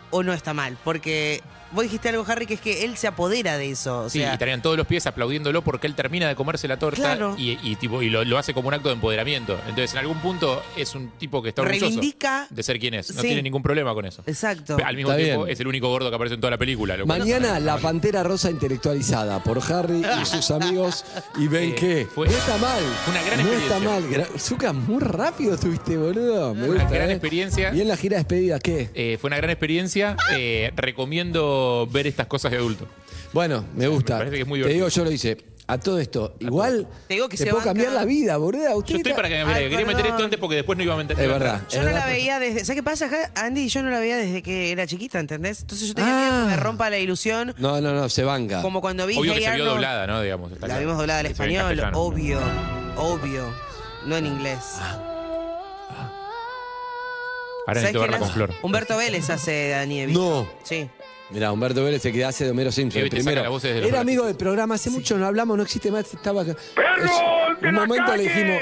D: o no está mal? Porque vos dijiste algo, Harry, que es que él se apodera de eso. O
E: Sí,
D: sea,
E: y estarían todos los pies aplaudiéndolo porque él termina de comerse la torta
D: Claro.
E: y, y tipo, y lo, lo hace como un acto de empoderamiento. Entonces, en algún punto es un tipo que está orgulloso
D: Reivindica-
E: de ser quien es. No
D: Sí.
E: tiene ningún problema con eso.
D: exacto.
E: Al mismo
C: Está
E: tiempo,
C: bien.
E: es el único gordo que aparece en toda la película. lo cual-
C: Mañana la pantera rosa intelectualizada por Harry y sus amigos y ven
E: Eh,
C: que
E: fue-
C: no está mal.
E: fue una gran
C: no está mal.
E: experiencia.
C: Gra- Zucca, muy rápido estuviste, boludo. Me gusta,
E: gran
C: eh.
E: experiencia.
C: Y en la gira de despedida, ¿qué?
E: Eh, fue una gran experiencia. Eh, recomiendo ver estas cosas de adulto.
C: Bueno, me gusta.
E: parece que es muy
C: Te
E: divertido.
C: digo, yo lo hice. A todo esto, igual
D: Te digo que se
C: puedo
D: banca-
C: cambiar la vida, boludo.
E: Yo estoy para que me
D: Ay,
E: mire, Quería meter esto
D: perdón.
E: antes porque después no iba a meter.
C: Es verdad.
D: Yo
C: es
D: no
C: verdad,
D: la veía desde. ¿Sabes qué pasa acá, Andy? Yo no la veía desde que era chiquita, ¿entendés? Entonces yo tenía
C: Ah.
D: miedo que me rompa la ilusión.
C: No, no, no, se banca.
D: Como cuando vi
E: Ah. Obvio
D: Hey
E: que se vio
D: Arnold.
E: doblada, ¿no? Digamos, está
D: La
E: claro.
D: vimos doblada al
E: Se vio en
D: español,
E: castellano.
D: obvio. Obvio. No en
E: Ah,
D: inglés.
E: Ahora
D: ¿Sabés
E: necesito
D: quién
E: verla con
D: hace?
E: Flor.
D: Humberto Vélez hace a Nieve.
C: No.
D: Sí.
C: Mirá, Humberto Vélez, el que hace de Homero Simpson.
E: Hoy
C: el
E: te saca
C: primero.
E: la voz desde los
C: Era amigo
E: brazos.
C: del programa, hace mucho no hablamos, no existe más, estaba acá. Es- un momento le dijimos,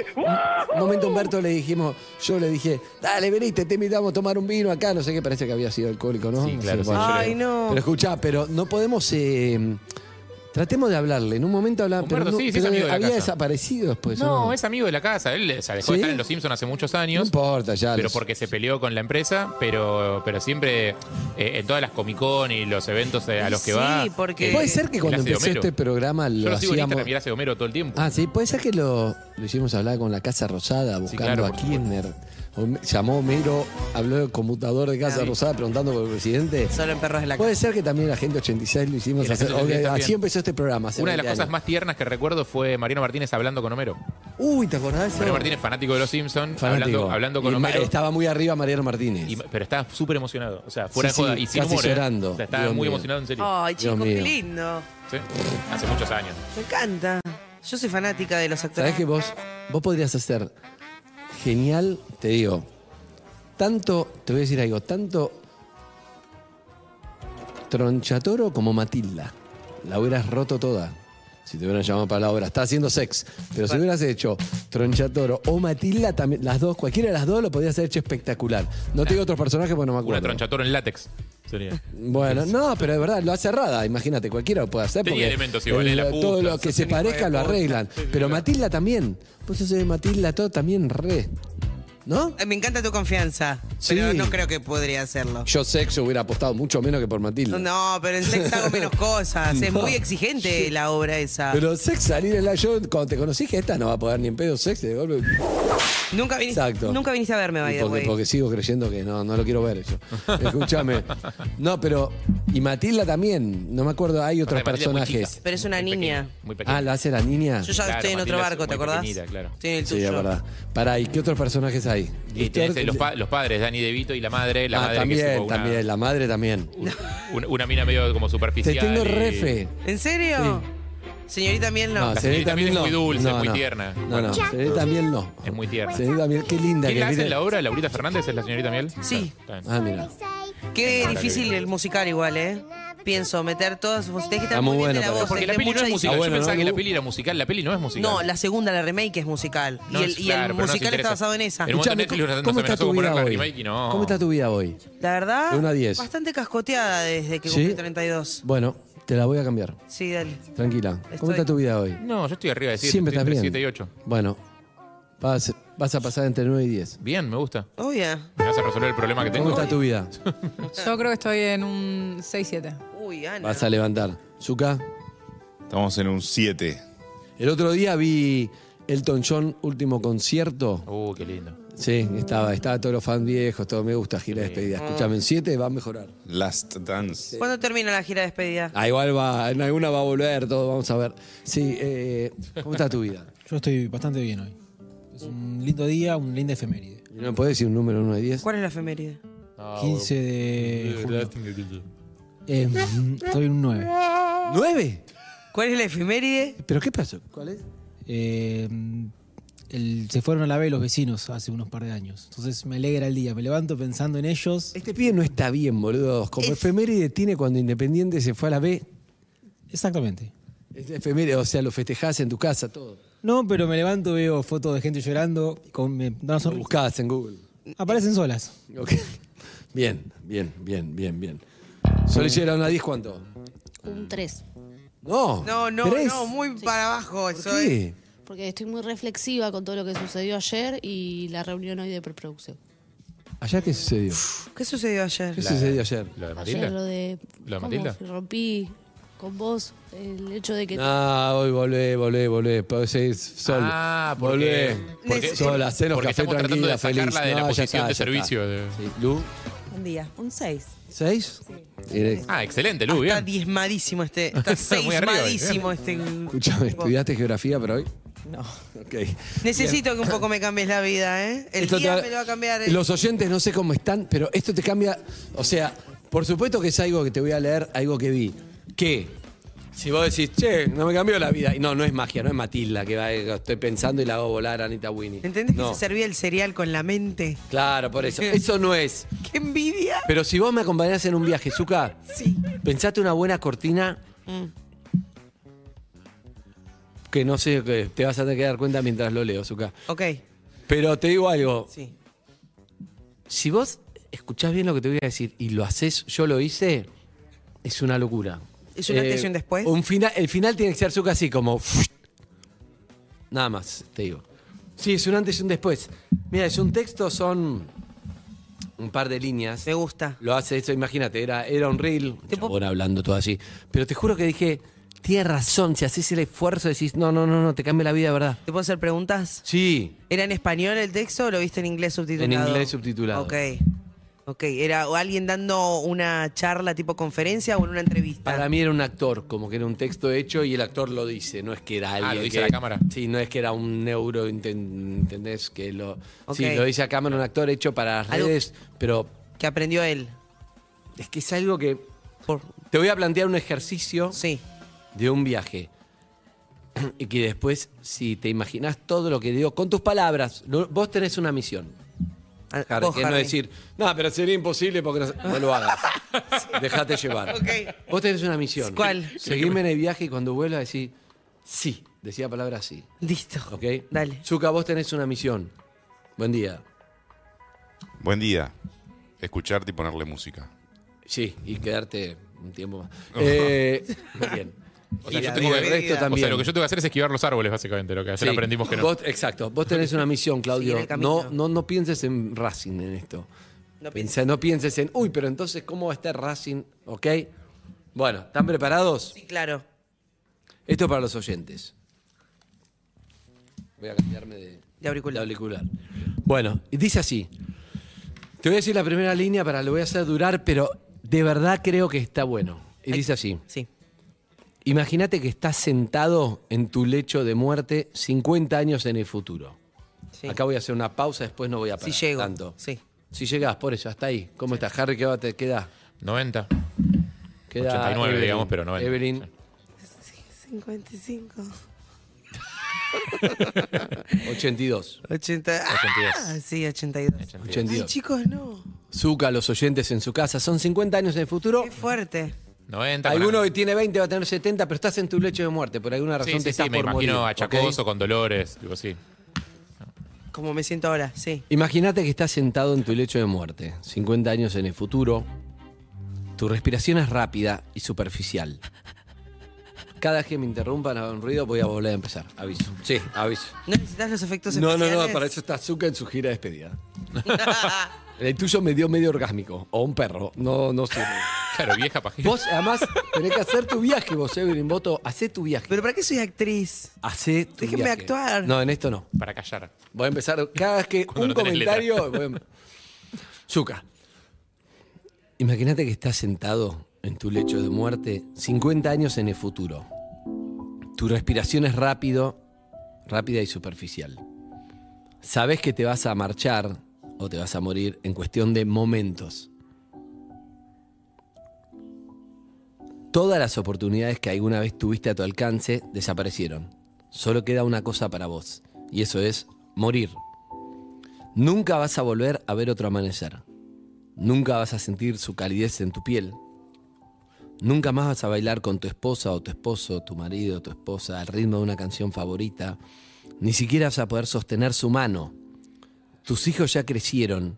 C: un momento a Humberto le dijimos, yo le dije, dale, veniste, te invitamos a tomar un vino acá, no sé qué, parece que había sido alcohólico, ¿no?
E: Sí,
C: No sé,
E: claro, sí,
C: bueno.
E: yo le-
D: Ay, no.
C: Pero escuchá, pero no podemos. eh, tratemos de hablarle. En un momento hablamos.
E: Humberto,
C: pero no-
E: sí, sí es
C: pero
E: amigo de la
C: había
E: casa.
C: desaparecido después. ¿o
E: No, es amigo de la casa. Él o sea, dejó de
C: ¿Sí?
E: estar en Los Simpsons hace muchos
C: No
E: años.
C: importa, ya.
E: pero
C: los-
E: porque se peleó con la empresa, pero, pero siempre eh, en todas las Comic Con y los eventos eh, a los que
D: Sí,
E: va.
D: porque-
E: eh,
C: Puede ser que cuando
E: él hace de
C: empezó
E: Homero.
C: este programa lo
E: Yo lo sigo en
C: hacíamos.
E: Instagram y él hace de Homero todo el tiempo.
C: Ah, sí, puede ser que lo, lo hicimos hablar con la Casa Rosada, buscando
E: claro,
C: a
E: por
C: Kirchner. Hom- Llamó Homero, habló del computador de Casa
D: Ah.
C: Rosada preguntando por el presidente.
D: Solo en perros de la
C: Puede
D: casa.
C: ser que también la gente 86 lo hicimos
E: El
C: hacer.
E: Agente 86
C: ok, así
E: también.
C: empezó este programa. hace
E: Una de las
C: 20
E: cosas
C: años.
E: más tiernas que recuerdo fue Mariano Martínez hablando con Homero.
C: Uy, ¿te acordás de eso?
E: Mariano Martínez, fanático de los Simpsons,
C: Fanático.
E: hablando, hablando con
C: Y ma-
E: Homero.
C: Estaba muy arriba Mariano Martínez.
E: y- pero estaba súper emocionado. O sea, fuera
C: Sí,
E: de joda.
C: sí,
E: y sin
C: casi
E: humor. ¿eh?
C: llorando.
E: O sea, estaba
C: Dios
E: muy
C: mío.
E: emocionado, en serio.
D: Ay, chicos,
C: Dios
D: qué
C: mío.
D: lindo.
E: Sí. Hace muchos años.
D: Me encanta. Yo soy fanática de los actores.
C: ¿Sabés que vos, vos podrías hacer genial, te digo, tanto, te voy a decir algo, tanto Tronchatoro como Matilda. La hubieras roto toda. Si te hubieran llamado para la obra, está haciendo sex. Pero si hubieras hecho Tronchatoro o Matilda, también, las dos, cualquiera de las dos lo podías haber hecho espectacular. No te digo otros personajes porque no me
E: Una
C: acuerdo.
E: tronchatoro en látex.
I: Sería.
C: Bueno, no, pero de verdad, lo hace Rada, imagínate, cualquiera lo puede hacer.
E: Tenía
C: Porque
E: elementos iguales, la puta,
C: todo lo que se
I: hijo de
C: parezca lo
I: puta.
C: arreglan.
I: Sí, sí,
C: pero
I: claro.
C: Matilda también. Pues eso de Matilda todo también re. ¿No?
D: Eh, Me encanta tu confianza, pero
C: Sí.
D: no creo que podría hacerlo.
C: Yo sexo hubiera apostado mucho menos que por Matilda.
D: No, pero en sex hago menos cosas. Es muy exigente la obra esa.
C: Pero sex salir en la yo cuando te conocí que esta no va a poder ni en pedo sex de golpe.
D: nunca, viniste,
C: Exacto.
D: nunca viniste a verme, by
C: Y
D: the
C: porque,
D: way.
C: porque sigo creyendo que no, no lo quiero ver yo. Escúchame. No, pero. Y Matilda también. No me acuerdo, hay otros
E: Aparte, Matilda es muy
C: personajes.
E: chica,
D: Pero es una
E: muy
D: niña.
E: pequeña, muy pequeña.
C: Ah, la hace la niña.
D: Yo ya
E: Claro,
D: estoy en
E: Matilda
D: otro
E: es
D: barco, ¿te
E: muy
D: acordás?
E: pequeñita, claro.
D: Estoy en el
C: Sí,
D: tuyo.
C: es verdad. Pará, ¿y qué otros personajes hay?
E: Y tenés los, pa- los padres, Dani DeVito y la madre, la
C: ah,
E: madre
C: también,
E: que supo una,
C: también, la madre también.
E: un- una, una mina medio como
C: Te
E: superficial.
C: tengo
E: y-
C: refe.
D: ¿en serio? Señorita Miel, no.
E: La
C: se ve
E: señorita también es muy dulce, muy tierna.
C: No, no, se ve también no.
E: Es muy tierna.
C: Se ve también, qué linda
E: ¿Quién
C: que
E: la hace
C: mire-
E: en la obra? ¿Laurita Fernández es la señorita Miel?
D: Sí.
E: Está bien.
C: Ah, mira.
D: Qué
E: Claro que-
D: difícil el musical igual, ¿eh? Pienso, meter todas sus que
C: Está
D: están
C: muy
D: muy bien
C: bueno
D: de la
C: para
D: voz.
C: eso.
E: Porque la
D: tenés
E: peli no
D: mucha
E: es musical.
C: Ah, bueno,
E: Yo pensaba
C: no,
E: que la
C: no.
E: peli era musical. La peli no es musical.
D: No, la segunda, la remake, es musical.
E: No
D: y el,
E: es-
D: y el
E: claro, pero no nos
D: musical está
E: interesa.
D: basado en esa.
E: Pero- un momento
C: Escuchame,
E: Netflix nos- nos
C: ¿cómo está
E: amenazó
C: tu
E: con
C: vida
E: poner la
C: hoy?
E: remake y no.
C: ¿Cómo está tu vida hoy?
D: La verdad,
C: De una a diez.
D: bastante cascoteada desde que cumplí 32.
C: Bueno, te la voy a cambiar.
D: Sí, dale.
C: Tranquila. ¿Cómo
D: Estoy-
C: está tu vida hoy?
E: No, yo estoy arriba de 7.
C: Siempre estás bien.
E: 7 y 8.
C: Bueno, vas, vas a pasar entre 9 y 10.
E: Bien, me gusta.
D: Oh, yeah.
E: Me vas a resolver el problema que
C: ¿Cómo
E: tengo.
C: está tu vida?
K: Yo creo que estoy en un 6-7.
D: Uy, Ana.
C: Vas a levantar. Zuka,
I: Estamos en un 7.
C: el otro día vi Elton John último concierto.
E: Uh, qué lindo.
C: Sí, estaba, estaba todos los fans viejos, todo me gusta, gira de despedida. Escuchame, en 7 va a mejorar.
I: Last Dance.
D: ¿Cuándo termina la gira de despedida?
C: Ah, igual va, en alguna va a volver, todo, vamos a ver. Sí, eh, ¿cómo está tu vida?
B: Yo estoy bastante bien hoy. Es un lindo día, una linda efeméride.
C: ¿No podés decir un número 1 de 10?
D: ¿Cuál es la efeméride?
E: Ah,
B: 15 de julio. Eh, estoy en un 9.
C: ¿9?
D: ¿Cuál es la efeméride?
C: ¿Pero qué pasó? ¿Cuál es?
B: Eh, el- se fueron a la B los vecinos hace unos par de años. Entonces me alegra el día. Me levanto pensando en ellos.
C: Este pibe no está bien, boludo. Como
D: Es-
C: efeméride tiene cuando Independiente se fue a la B.
B: Exactamente.
C: Es efeméride, o sea, lo festejás en tu casa, todo.
B: No, pero me levanto, veo fotos de gente llorando. Con, me da una
C: Lo
B: sonrisa.
C: buscabas en Google.
B: Aparecen solas.
C: Ok. Bien, bien, bien, bien, bien. Solo hicieron a 10 cuánto?
K: Un 3.
C: No.
D: No, no,
C: ¿Tres?
D: no, muy para abajo.
C: ¿Por
D: Eso eh. es.
C: qué?
K: Porque estoy muy reflexiva con todo lo que sucedió ayer y la reunión hoy de preproducción.
C: ¿Allá qué sucedió?
D: ¿Qué sucedió ayer?
C: ¿Qué sucedió ayer?
E: ¿Lo de
K: Ayer lo
E: Matilda?
K: de.
E: ¿Lo de
K: ¿cómo?
E: Matilda?
K: Si Rompí con vos el hecho de que.
C: Ah, hoy volvé, volvé, volvé. Podés seguir sol.
E: Ah, porque- porque-
C: sol, hacenos
E: porque
C: café
E: estamos tratando
C: tranquila,
E: de
C: feliz.
E: sacarla de la
C: No, ya
E: posición
C: está,
E: de
C: ya
E: servicio
C: está.
E: de-
C: Sí. ¿Lu?
J: Un día. Un 6.
C: ¿Seis? Eh, Eres-
E: Ah, excelente, Lu,
D: Está
E: bien.
D: diezmadísimo este. Está
E: Está muy arriba,
D: seismadísimo este.
C: Escuchame, ¿estudiaste geografía para hoy?
J: No.
C: Ok.
D: Necesito que un poco me cambies la vida, ¿eh? El
C: Esto te
D: día me lo va a cambiar. ¿eh? el-
C: Los oyentes no sé cómo están, pero esto te cambia. O sea, por supuesto que es algo que te voy a leer, algo que vi. ¿Qué? Si vos decís, che, no me cambió la vida. Y no, no es magia, no es Matilda que va, eh, estoy pensando y la hago volar a Anita Winnie.
D: ¿Entendés que
C: No.
D: se servía el cereal con la mente?
C: Claro, por eso. Eso no es.
D: ¡Qué envidia!
C: Pero si vos me acompañás en un viaje, Zuka,
D: Sí.
C: pensate una buena cortina. Que no sé, que te vas a tener que dar cuenta mientras lo leo, Zuka.
D: Ok,
C: Pero te digo algo.
D: sí.
C: Si vos escuchás bien lo que te voy a decir y lo haces, yo lo hice, es una locura. Eh,
D: ¿Es un antes y un después?
C: un fina- el final tiene que ser Zuka así, como. Nada más, te digo. Sí, es un antes y un después. Mira, es un texto, son un par de líneas.
D: Me gusta.
C: Lo hace eso, imagínate, era, era un reel,
D: Te puedo-
C: chabón hablando todo así. Pero te juro que dije, tienes razón, si haces el esfuerzo decís, no, no, no, no, te cambia la vida, de ¿verdad?
D: ¿Te puedo hacer preguntas?
C: Sí,
D: ¿Era en español el texto o lo viste en inglés subtitulado?
C: En inglés subtitulado.
D: Ok. Ok, ¿era o alguien dando una charla tipo conferencia o en una entrevista?
C: para mí era un actor, como que era un texto hecho y el actor lo dice, no es que era alguien
E: Ah, lo dice
C: que-
E: la cámara.
C: Sí, no es que era un neuro, enten- ¿entendés? Que lo...
D: Ok.
C: Sí, lo dice a cámara un actor hecho para las
D: Algo-
C: redes, pero
D: Que aprendió él.
C: es que es algo que...
D: Por-
C: Te voy a plantear un ejercicio.
D: Sí.
C: de un viaje. Y que después, si te imaginas todo lo que dio con tus palabras, lo- vos tenés una misión.
D: Ah,
C: Harry,
D: vos,
C: que no
D: Harry.
C: decir, no, pero sería imposible porque no, sé". no lo hagas. Dejate llevar.
D: Ok.
C: Vos tenés una misión.
D: ¿Cuál?
C: Seguime en el viaje y cuando vuelvas decís, sí. Decía la palabra sí.
D: Listo.
C: ¿Ok?
D: Dale.
C: Zuka, vos tenés una misión. Buen día.
I: Buen día. Escucharte y ponerle música.
C: Sí, y quedarte un tiempo más. Eh, muy bien.
E: O sea,
C: Y
E: yo
C: la
E: tengo
C: vida-
E: que-
C: el resto
E: O
C: también.
E: sea, lo que yo tengo que hacer es esquivar los árboles, básicamente, lo que ayer
C: Sí.
E: aprendimos que no.
C: Vos- exacto. Vos tenés una misión,
D: Seguir
C: Claudio.
D: el camino.
C: No, no, no pienses en Racing en esto.
D: No
C: Pensá- no pienses en, uy, pero entonces, ¿cómo va a estar Racing? ¿Ok? Bueno, ¿están preparados?
D: Sí, claro.
C: Esto es para los oyentes. Voy a cambiarme de,
D: De auricular.
C: auricular. Bueno, y dice así. Te voy a decir la primera línea para lo voy a hacer durar, pero de verdad creo que está bueno. Y dice así.
D: Sí.
C: Imagínate que estás sentado en tu lecho de muerte 50 años en el futuro.
D: sí.
C: Acá voy a hacer una pausa, después no voy a
D: Sí
C: parar
D: llego.
C: tanto.
D: Sí.
C: Si llegás, por eso, hasta ahí. ¿Cómo estás, Harry? ¿Qué va te queda?
E: 90.
C: Queda
E: 89,
C: Evelyn.
E: digamos, pero 90.
C: Evelyn,
J: 55.
C: 82.
D: 80. Ah, sí, 82.
C: 82.
J: Ay, chicos, no.
C: Zuka, los oyentes en su casa. Son 50 años en el futuro.
D: Qué fuerte.
E: 90. con
C: Alguno
E: la-
C: que tiene 20 va a tener 70, pero estás en tu lecho de muerte. Por alguna razón
E: Sí,
C: te
E: sí, sí,
C: estás
E: me
C: por morir.
E: imagino achacoso,
C: ¿ok?
E: con dolores, digo sí.
D: Como me siento ahora, sí.
C: Imagínate que estás sentado en tu lecho de muerte, 50 años en el futuro. Tu respiración es rápida y superficial. Cada vez que me interrumpan a un ruido voy a volver a empezar. Aviso. Sí, aviso.
D: ¿No necesitas los efectos
C: No, no,
D: especiales?
C: no, para eso está Zuka en su gira de despedida. El tuyo me dio medio orgásmico, o un perro, no, no sé.
E: Claro, vieja pajera.
C: Vos además tenés que hacer tu viaje, vos, Evelyn Boto, hacé tu viaje.
D: ¿Pero para qué soy actriz?
C: Hacé tu
D: Déjenme
C: viaje.
D: actuar.
C: No, en esto no.
E: Para callar.
C: Voy a empezar cada vez que
E: Cuando
C: un
E: no tenés
C: comentario. voy a- Zuka. Imagínate que estás sentado en tu lecho de muerte 50 años en el futuro. Tu respiración es rápido, rápida y superficial. Sabes que te vas a marchar o te vas a morir en cuestión de momentos. Todas las oportunidades que alguna vez tuviste a tu alcance desaparecieron. Solo queda una cosa para vos, y eso es morir. Nunca vas a volver a ver otro amanecer. Nunca vas a sentir su calidez en tu piel. Nunca más vas a bailar con tu esposa o tu esposo, tu marido o tu esposa al ritmo de una canción favorita. Ni siquiera vas a poder sostener su mano. Tus hijos ya crecieron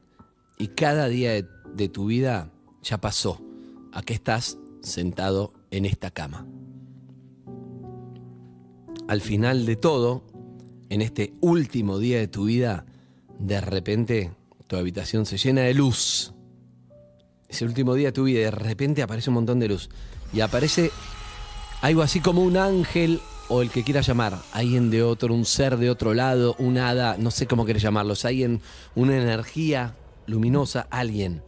C: y cada día de, de tu vida ya pasó. Aquí estás sentado en esta cama. Al final de todo, en este último día de tu vida, de repente tu habitación se llena de luz. Es el último día de tu vida y de repente aparece un montón de luz. Y aparece algo así como un ángel o el que quiera llamar. Alguien de otro, un ser de otro lado, un hada, no sé cómo querés llamarlos. Alguien, una energía luminosa, alguien.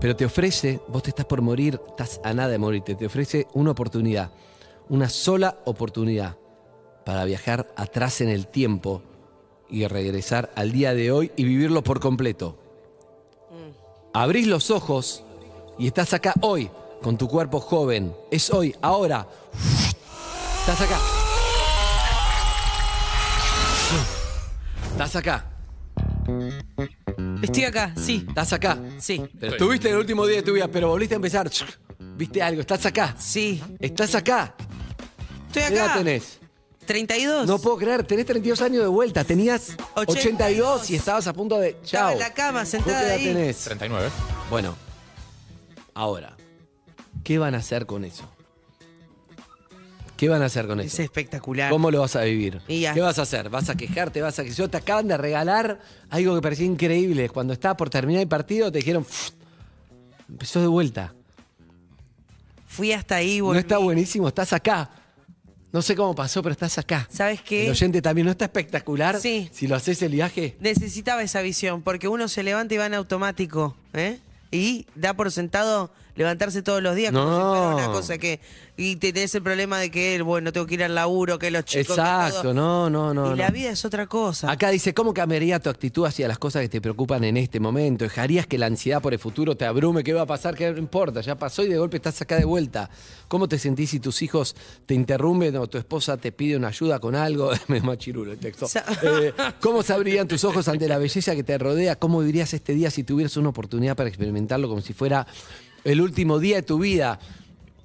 C: Pero te ofrece, vos te estás por morir, estás a nada de morirte, te ofrece una oportunidad, una sola oportunidad para viajar atrás en el tiempo y regresar al día de hoy y vivirlo por completo. Abrís los ojos y estás acá hoy, con tu cuerpo joven. Es hoy, ahora. Estás acá. Estás acá.
D: Estoy acá, sí.
C: Estás acá.
D: Sí.
C: Pero estuviste el último día de tu vida, pero volviste a empezar. Viste algo, estás acá.
D: Sí.
C: Estás acá.
D: Estoy
C: ¿Qué edad
D: acá.
C: tenés?
D: 32.
C: No puedo creer, tenés 32 años de vuelta, tenías 82,
D: 82
C: y estabas a punto de.
D: Estaba
C: Chao.
D: en la cama,
C: ¿Vos qué
D: sentada
C: edad
D: ahí.
C: tenés?
E: 39.
C: Bueno, ahora, ¿qué van a hacer con eso? ¿Qué van a hacer con
D: Es
C: eso?
D: espectacular.
C: ¿Cómo lo vas a vivir?
D: Ah. Y ya.
C: ¿Qué vas a hacer? ¿Vas a quejarte? ¿Vas a que yo te acaban de regalar algo que parecía increíble? Cuando estaba por terminar el partido te dijeron, "Pff, empezó de vuelta.
D: Fui hasta ahí,
C: No
D: volví.
C: está buenísimo, estás acá. No sé cómo pasó, pero estás acá.
D: ¿Sabes qué?
C: El oyente también no está espectacular.
D: Sí.
C: Si lo haces el viaje.
D: Necesitaba esa visión, porque uno se levanta y va en automático, ¿eh? Y da por sentado levantarse todos los días como si
C: No.
D: fuera una cosa que... Y te- tenés el problema de que, bueno, tengo que ir al laburo, que los chicos... que
C: Exacto,
D: todo.
C: no, no, no.
D: y la
C: no.
D: vida es otra cosa.
C: Acá dice, ¿cómo cambiaría tu actitud hacia las cosas que te preocupan en este momento? ¿Dejarías que la ansiedad por el futuro te abrume? ¿Qué va a pasar? ¿Qué no importa? Ya pasó y de golpe estás acá de vuelta. ¿Cómo te sentís si tus hijos te interrumpen o tu esposa te pide una ayuda con algo? Me machirulo el texto.
D: Sa-
C: Eh, ¿Cómo se abrían tus ojos ante la belleza que te rodea? ¿Cómo vivirías este día si tuvieras una oportunidad para experimentarlo como si fuera el último día de tu vida?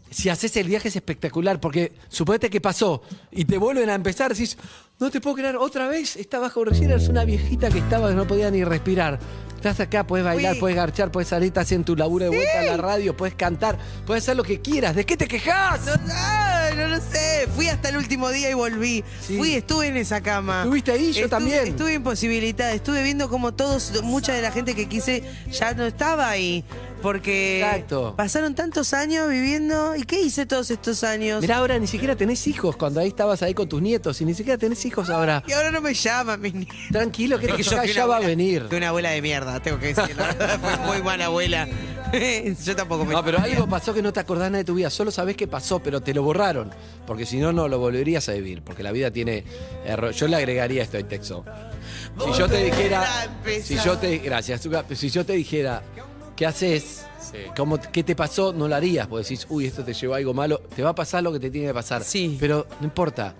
C: si haces el viaje es espectacular, porque suponete que pasó y te vuelven a empezar, decís, no te puedo creer, otra vez esta baja recién es una viejita que estaba que no podía ni respirar. Estás acá, puedes bailar,
D: Fui.
C: puedes garchar, puedes salir, estás en tu laburo de vuelta a la radio, puedes cantar, puedes hacer lo que quieras. ¿De qué te quejas?
D: No, ay, no lo sé. Fui hasta el último día y volví.
C: Sí.
D: Fui, estuve en esa cama.
C: Estuviste ahí, yo
D: Estuve-
C: también.
D: Estuve imposibilitada. Estuve viendo como todos, mucha de la gente que quise ya no estaba ahí. Porque
C: Exacto.
D: pasaron tantos años viviendo. ¿Y qué hice todos estos años?
C: Mirá, ahora ni siquiera tenés hijos cuando ahí estabas ahí con tus nietos y ni siquiera tenés hijos ahora.
D: Y ahora no me llaman mis niños.
C: Tranquilo, que, te
D: que yo
C: quejas,
D: fui una
C: ya va a
D: abuela-
C: venir.
D: Fui una abuela de mierda, tengo que decirlo. Fue muy mala abuela. yo tampoco me
C: No, pero algo pasó que no te acordás nada de tu vida. Solo sabés que pasó, pero te lo borraron. Porque si no, no lo volverías a vivir. Porque la vida tiene error. Yo le agregaría esto al texto. Si yo te dijera.
D: Volver a empezar.
C: Si yo te. Gracias, Zucca. Si yo te dijera. ¿Qué haces?
E: Sí.
C: ¿Cómo, ¿Qué te pasó? No lo harías. Porque decís, uy, esto te llevó a algo malo. Te va a pasar lo que te tiene que pasar.
D: Sí.
C: Pero no importa.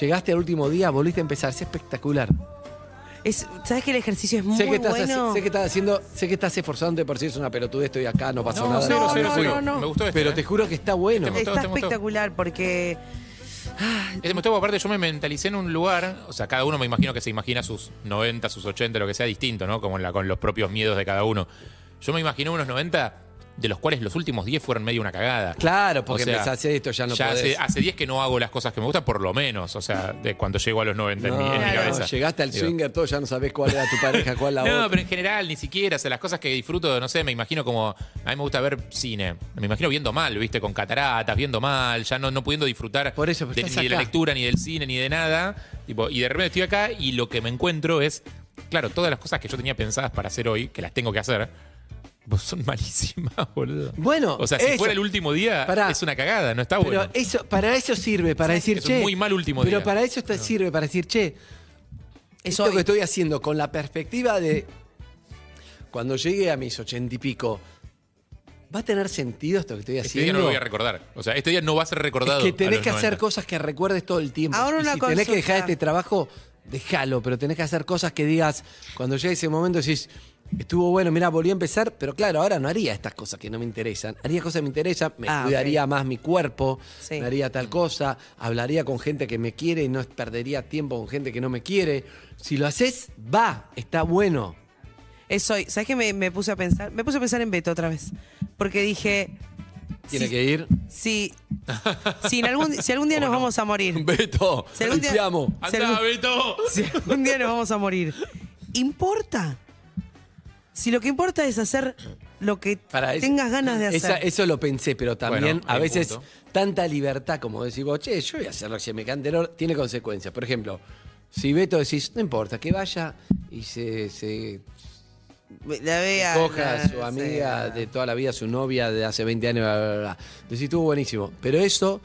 C: Llegaste al último día, volviste a empezar. Es espectacular.
D: Es- ¿Sabes que el ejercicio es muy
C: Sé que, estás,
D: bueno?
C: haci- sé que estás haciendo, sé que estás esforzándote por si es una pelotudez, estoy acá, no pasó nada.
E: cero,
D: no,
E: cero,
D: no,
E: cero.
D: no, no.
E: Me gustó este.
C: Pero
E: ¿eh?
C: te juro que está bueno.
E: Te gustó,
D: Está
E: te gustó.
D: espectacular porque
E: Este motivo, aparte, yo me mentalicé en un lugar, o sea, cada uno me imagino que se imagina sus 90, sus 80, lo que sea distinto, ¿no? Como en la, con los propios miedos de cada uno. Yo me imaginé unos 90, de los cuales los últimos 10 fueron medio una cagada.
C: Claro, porque
E: O sea,
C: empezaste esto, ya no
E: ya
C: podés.
E: hace, hace 10 que no hago las cosas que me gustan, por lo menos, o sea, de cuando llego a los 90 en, mi, en mi
C: No,
E: cabeza.
C: llegaste al
E: Digo,
C: swinger, todo ya no sabés cuál era tu pareja, cuál la
E: no,
C: otra.
E: pero en general, ni siquiera. O sea, las cosas que disfruto, no sé, me imagino como. A mí me gusta ver cine. Me imagino viendo mal, ¿viste? Con cataratas, viendo mal, ya no, no pudiendo disfrutar
C: Por eso, pero
E: de-
C: estás
E: ni de la
C: acá.
E: lectura, ni del cine, ni de nada. Tipo, y de repente estoy acá y lo que me encuentro es. Claro, todas las cosas que yo tenía pensadas para hacer hoy, que las tengo que hacer, pues son malísimas, boludo.
C: Bueno,
E: o sea, si
C: eso.
E: fuera el último día,
C: Pará.
E: es una cagada, no está
C: Pero
E: bueno.
C: eso, para eso sirve, para decir,
E: Es un
C: che.
E: muy mal último
C: Pero
E: día.
C: para eso está- sirve, para decir, che,
D: es
C: esto
D: hoy.
C: que estoy haciendo con la perspectiva de cuando llegue a mis ochenta y pico, ¿va a tener sentido esto que estoy
E: Este día
C: haciendo?
E: no lo voy a recordar. O sea, este día no va a ser recordado.
C: Es que
E: a
C: tenés
E: los
C: que hacer
E: 90.
C: cosas que recuerdes todo el tiempo.
D: Ahora
C: Y
D: una
C: si tenés que dejar
D: consulta.
C: este trabajo, déjalo, pero tenés que hacer cosas que digas, cuando llegue ese momento decís, estuvo bueno, mira, volví a empezar, pero claro, ahora no haría estas cosas que no me interesan. Haría cosas que me interesan, me
D: Ah,
C: cuidaría más mi cuerpo,
D: Sí.
C: me haría tal cosa, hablaría con gente que me quiere y no perdería tiempo con gente que no me quiere. Si lo haces, va, está bueno.
D: Es hoy. ¿Sabes qué me, me puse a pensar? Me puse a pensar en Beto otra vez. Porque dije,
C: Tiene
D: Sí.
C: que ir.
D: si, si, en algún, si algún día nos vamos a morir.
C: Beto,
D: Si algún día-
C: te amo.
D: si
E: ¡Andá,
D: algún-
E: Beto!
D: si algún día nos vamos a morir. ¿Importa? Si lo que importa es hacer lo que
C: Para eso-
D: tengas ganas de hacer.
C: esa- eso lo pensé, pero también
E: Bueno,
C: a
E: hay
C: veces
E: punto.
C: tanta libertad como decir vos, che, yo voy a hacer lo que se me cante el or-", tiene consecuencias. Por ejemplo, si Beto decís, no importa, que vaya y se, se
D: la vea.
C: coja a
D: la-
C: su amiga
D: sea.
C: de toda la vida, su novia de hace 20 años, bla, bla, bla, bla. Decís, estuvo buenísimo. Pero eso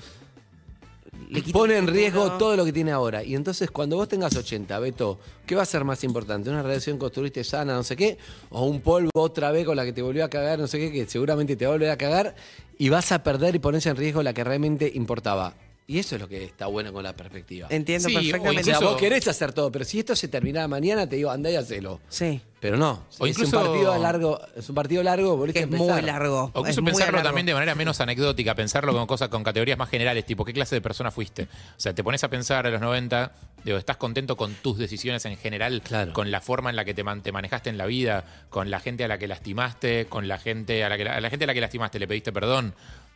D: Le quita
C: pone
D: el
C: en
D: futuro.
C: riesgo todo lo que tiene ahora. Y entonces, cuando vos tengas 80, Beto, ¿qué va a ser más importante? ¿Una relación que construiste sana, no sé qué? ¿O un polvo otra vez con la que te volvió a cagar, no sé qué, que seguramente te va a volver a cagar? Y vas a perder y ponerse en riesgo la que realmente importaba. Y eso es lo que está bueno con la perspectiva.
D: Entiendo
E: Sí, o
C: o
D: perfectamente.
C: sea,
E: incluso-
C: vos querés hacer todo, pero si esto se terminara mañana, te digo, andá y hacelo.
D: Sí.
C: Pero no,
E: O
C: es
E: incluso-
C: un partido largo, es un partido largo, volviste
D: Que
C: a
D: es muy
C: empezar.
D: largo.
E: O
D: es
E: incluso
D: muy
E: pensarlo
D: largo.
E: también de manera menos anecdótica, pensarlo con cosas con categorías más generales, tipo qué clase de persona fuiste. O sea, te pones a pensar a los 90, digo, estás contento con tus decisiones en general,
C: Claro.
E: con la forma en la que te, man- te manejaste en la vida, con la gente a la que lastimaste, con la gente a la que, a la gente a la que lastimaste, le pediste perdón.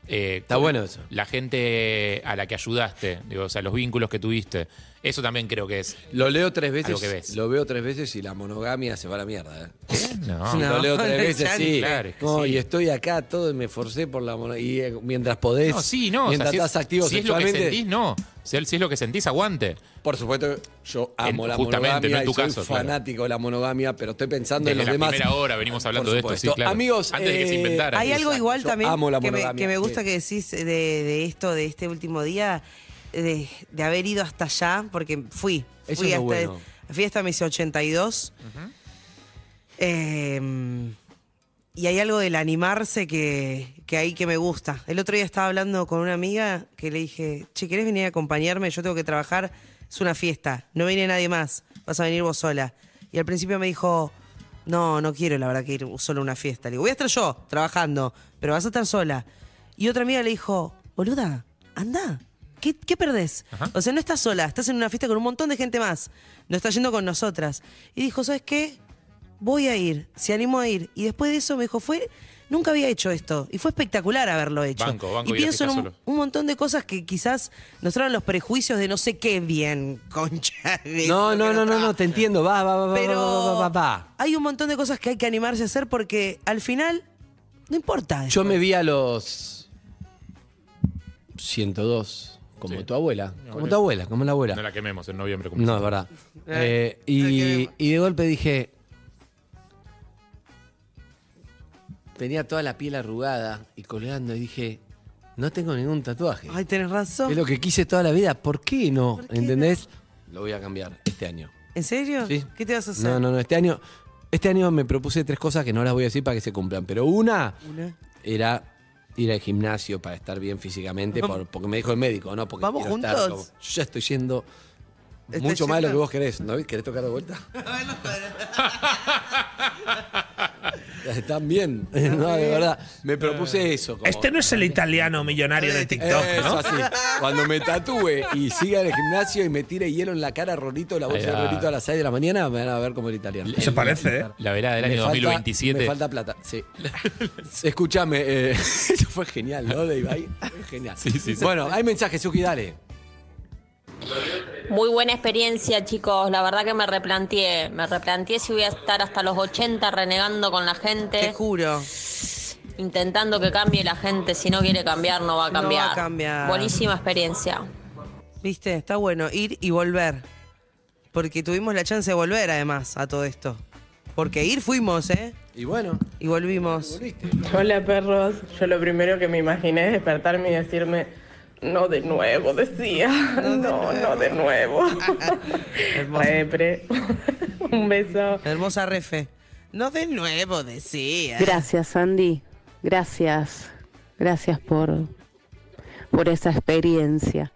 E: Eh,
C: Está
E: con
C: bueno eso.
E: La gente a la que ayudaste, digo, o sea, los vínculos que tuviste. Eso también creo que es.
C: Lo leo tres veces,
E: Algo que ves.
C: lo veo tres veces y la monogamia se va a la mierda. ¿eh?
E: No.
C: Si lo leo tres
D: no,
C: veces,
D: ya
C: sí.
E: claro, es que
C: No,
E: sí.
C: Y estoy acá todo y me forcé por la mono- Y eh, mientras podés.
E: No, sí, no. o sea,
C: Mientras
E: si es-
C: estás activo
E: si es lo que
C: sexualmente.
E: sentís, no. Si si es lo que sentís, aguante.
C: Por supuesto, yo amo
E: En-
C: la
E: justamente,
C: monogamia.
E: no en tu
C: y soy
E: caso, claro.
C: fanático de la monogamia, pero estoy pensando
E: Desde
C: en los
E: la
C: demás.
E: primera hora venimos
C: Por
E: hablando de esto, sí,
C: supuesto.
E: claro.
C: Amigos,
E: Antes de que se
C: eh,
E: inventara.
D: Hay algo
C: Exacto,
D: igual
C: yo
D: también
C: amo la
D: que, me,
C: monogamia,
D: que me
C: sí.
D: gusta que decís de, de esto, de este último día, de, de haber ido hasta allá, porque fui.
C: Eso
D: fui,
C: es
D: hasta,
C: lo bueno.
D: fui hasta mis 82. Eh, y hay algo del animarse que, que ahí que me gusta. El otro día estaba hablando con una amiga que le dije, che, ¿querés venir a acompañarme? Yo tengo que trabajar, es una fiesta, no viene nadie más, vas a venir vos sola. Y al principio me dijo, no, no quiero la verdad que ir solo a una fiesta. Le digo, voy a estar yo trabajando, pero vas a estar sola. Y otra amiga le dijo, boluda, anda. ¿Qué, qué perdés? O sea, no estás sola, estás en una fiesta con un montón de gente más. No estás yendo con nosotras. Y dijo, ¿sabes qué? voy a ir, se animó a ir. Y después de eso me dijo, fue, nunca había hecho esto. Y fue espectacular haberlo hecho.
E: Banco, banco,
D: y
E: ir a
D: pienso en
E: fiestas
D: un,
E: solo.
D: un montón de cosas que quizás nos traen los prejuicios de no sé qué bien, concha. de
C: No,
D: eso
C: no, no,
D: que
C: no,
D: trabaja.
C: no, te entiendo. Va, va, va, va,
D: Pero
C: va, va, va, va.
D: hay un montón de cosas que hay que animarse a hacer porque al final no importa.
C: Yo me vi a los 102, como
E: Sí.
C: tu abuela, como
E: abuela.
C: tu abuela, como la abuela.
E: No la quememos en noviembre. como
C: No, es verdad.
D: Eh,
C: Eh, y,
D: ok.
C: y de golpe dije. Tenía toda la piel arrugada y colgando, y dije: No tengo ningún tatuaje.
D: Ay, tenés razón.
C: es lo que quise toda la vida. ¿Por qué no?
D: ¿Por qué
C: ¿Entendés? Lo voy a cambiar este año.
D: ¿En serio?
C: Sí.
D: ¿Qué te vas a hacer?
C: No, no, no. Este año, este año me propuse tres cosas que no las voy a decir para que se cumplan. Pero una
D: Una.
C: era ir al gimnasio para estar bien físicamente, por- porque me dijo el médico, ¿no? Porque
D: Vamos
C: quiero estar
D: juntos.
C: como- yo ya estoy yendo
D: ¿Estás
C: mucho más de lo que
D: yendo?
C: vos querés, ¿no? ¿Querés tocar de vuelta? Están bien, no, de verdad. Me propuse eso. como-
L: Este no es el italiano millonario de TikTok,
C: Eso,
L: ¿no?
C: así. Cuando me tatúe y siga en el gimnasio y me tire hielo en la cara Rorito, la
E: Ahí
C: bolsa de
E: va.
C: Rorito a las 6 de la mañana, me van a ver como el italiano.
L: Eso parece, ¿eh?
E: La velada del
C: Me
E: año
C: falta-
E: 2027.
C: Me falta plata, sí. Escúchame, eh, eso fue genial, ¿no, de Ibai? Fue Genial.
E: Sí, sí, sí.
C: Bueno, hay mensajes, Suki, dale.
M: Muy buena experiencia, chicos. La verdad que me replanteé. Me replanteé si voy a estar hasta los 80 renegando con la
D: Te
M: gente,
D: juro.
M: intentando que cambie la gente. Si no quiere cambiar, no va a
D: No va a
M: cambiar.
D: cambiar.
M: Buenísima experiencia.
D: Viste, está bueno ir y volver. Porque tuvimos la chance de volver además a todo esto. Porque ir fuimos, ¿eh?
C: Y bueno,
D: Y volvimos.
C: volviste.
N: Hola perros, yo lo primero que me imaginé es despertarme y decirme, no de nuevo, decía, no, no de nuevo. Repre. Un beso.
D: Hermosa refe. No de eh. nuevo decía.
O: Gracias, Andy. Gracias. Gracias por, por esa experiencia.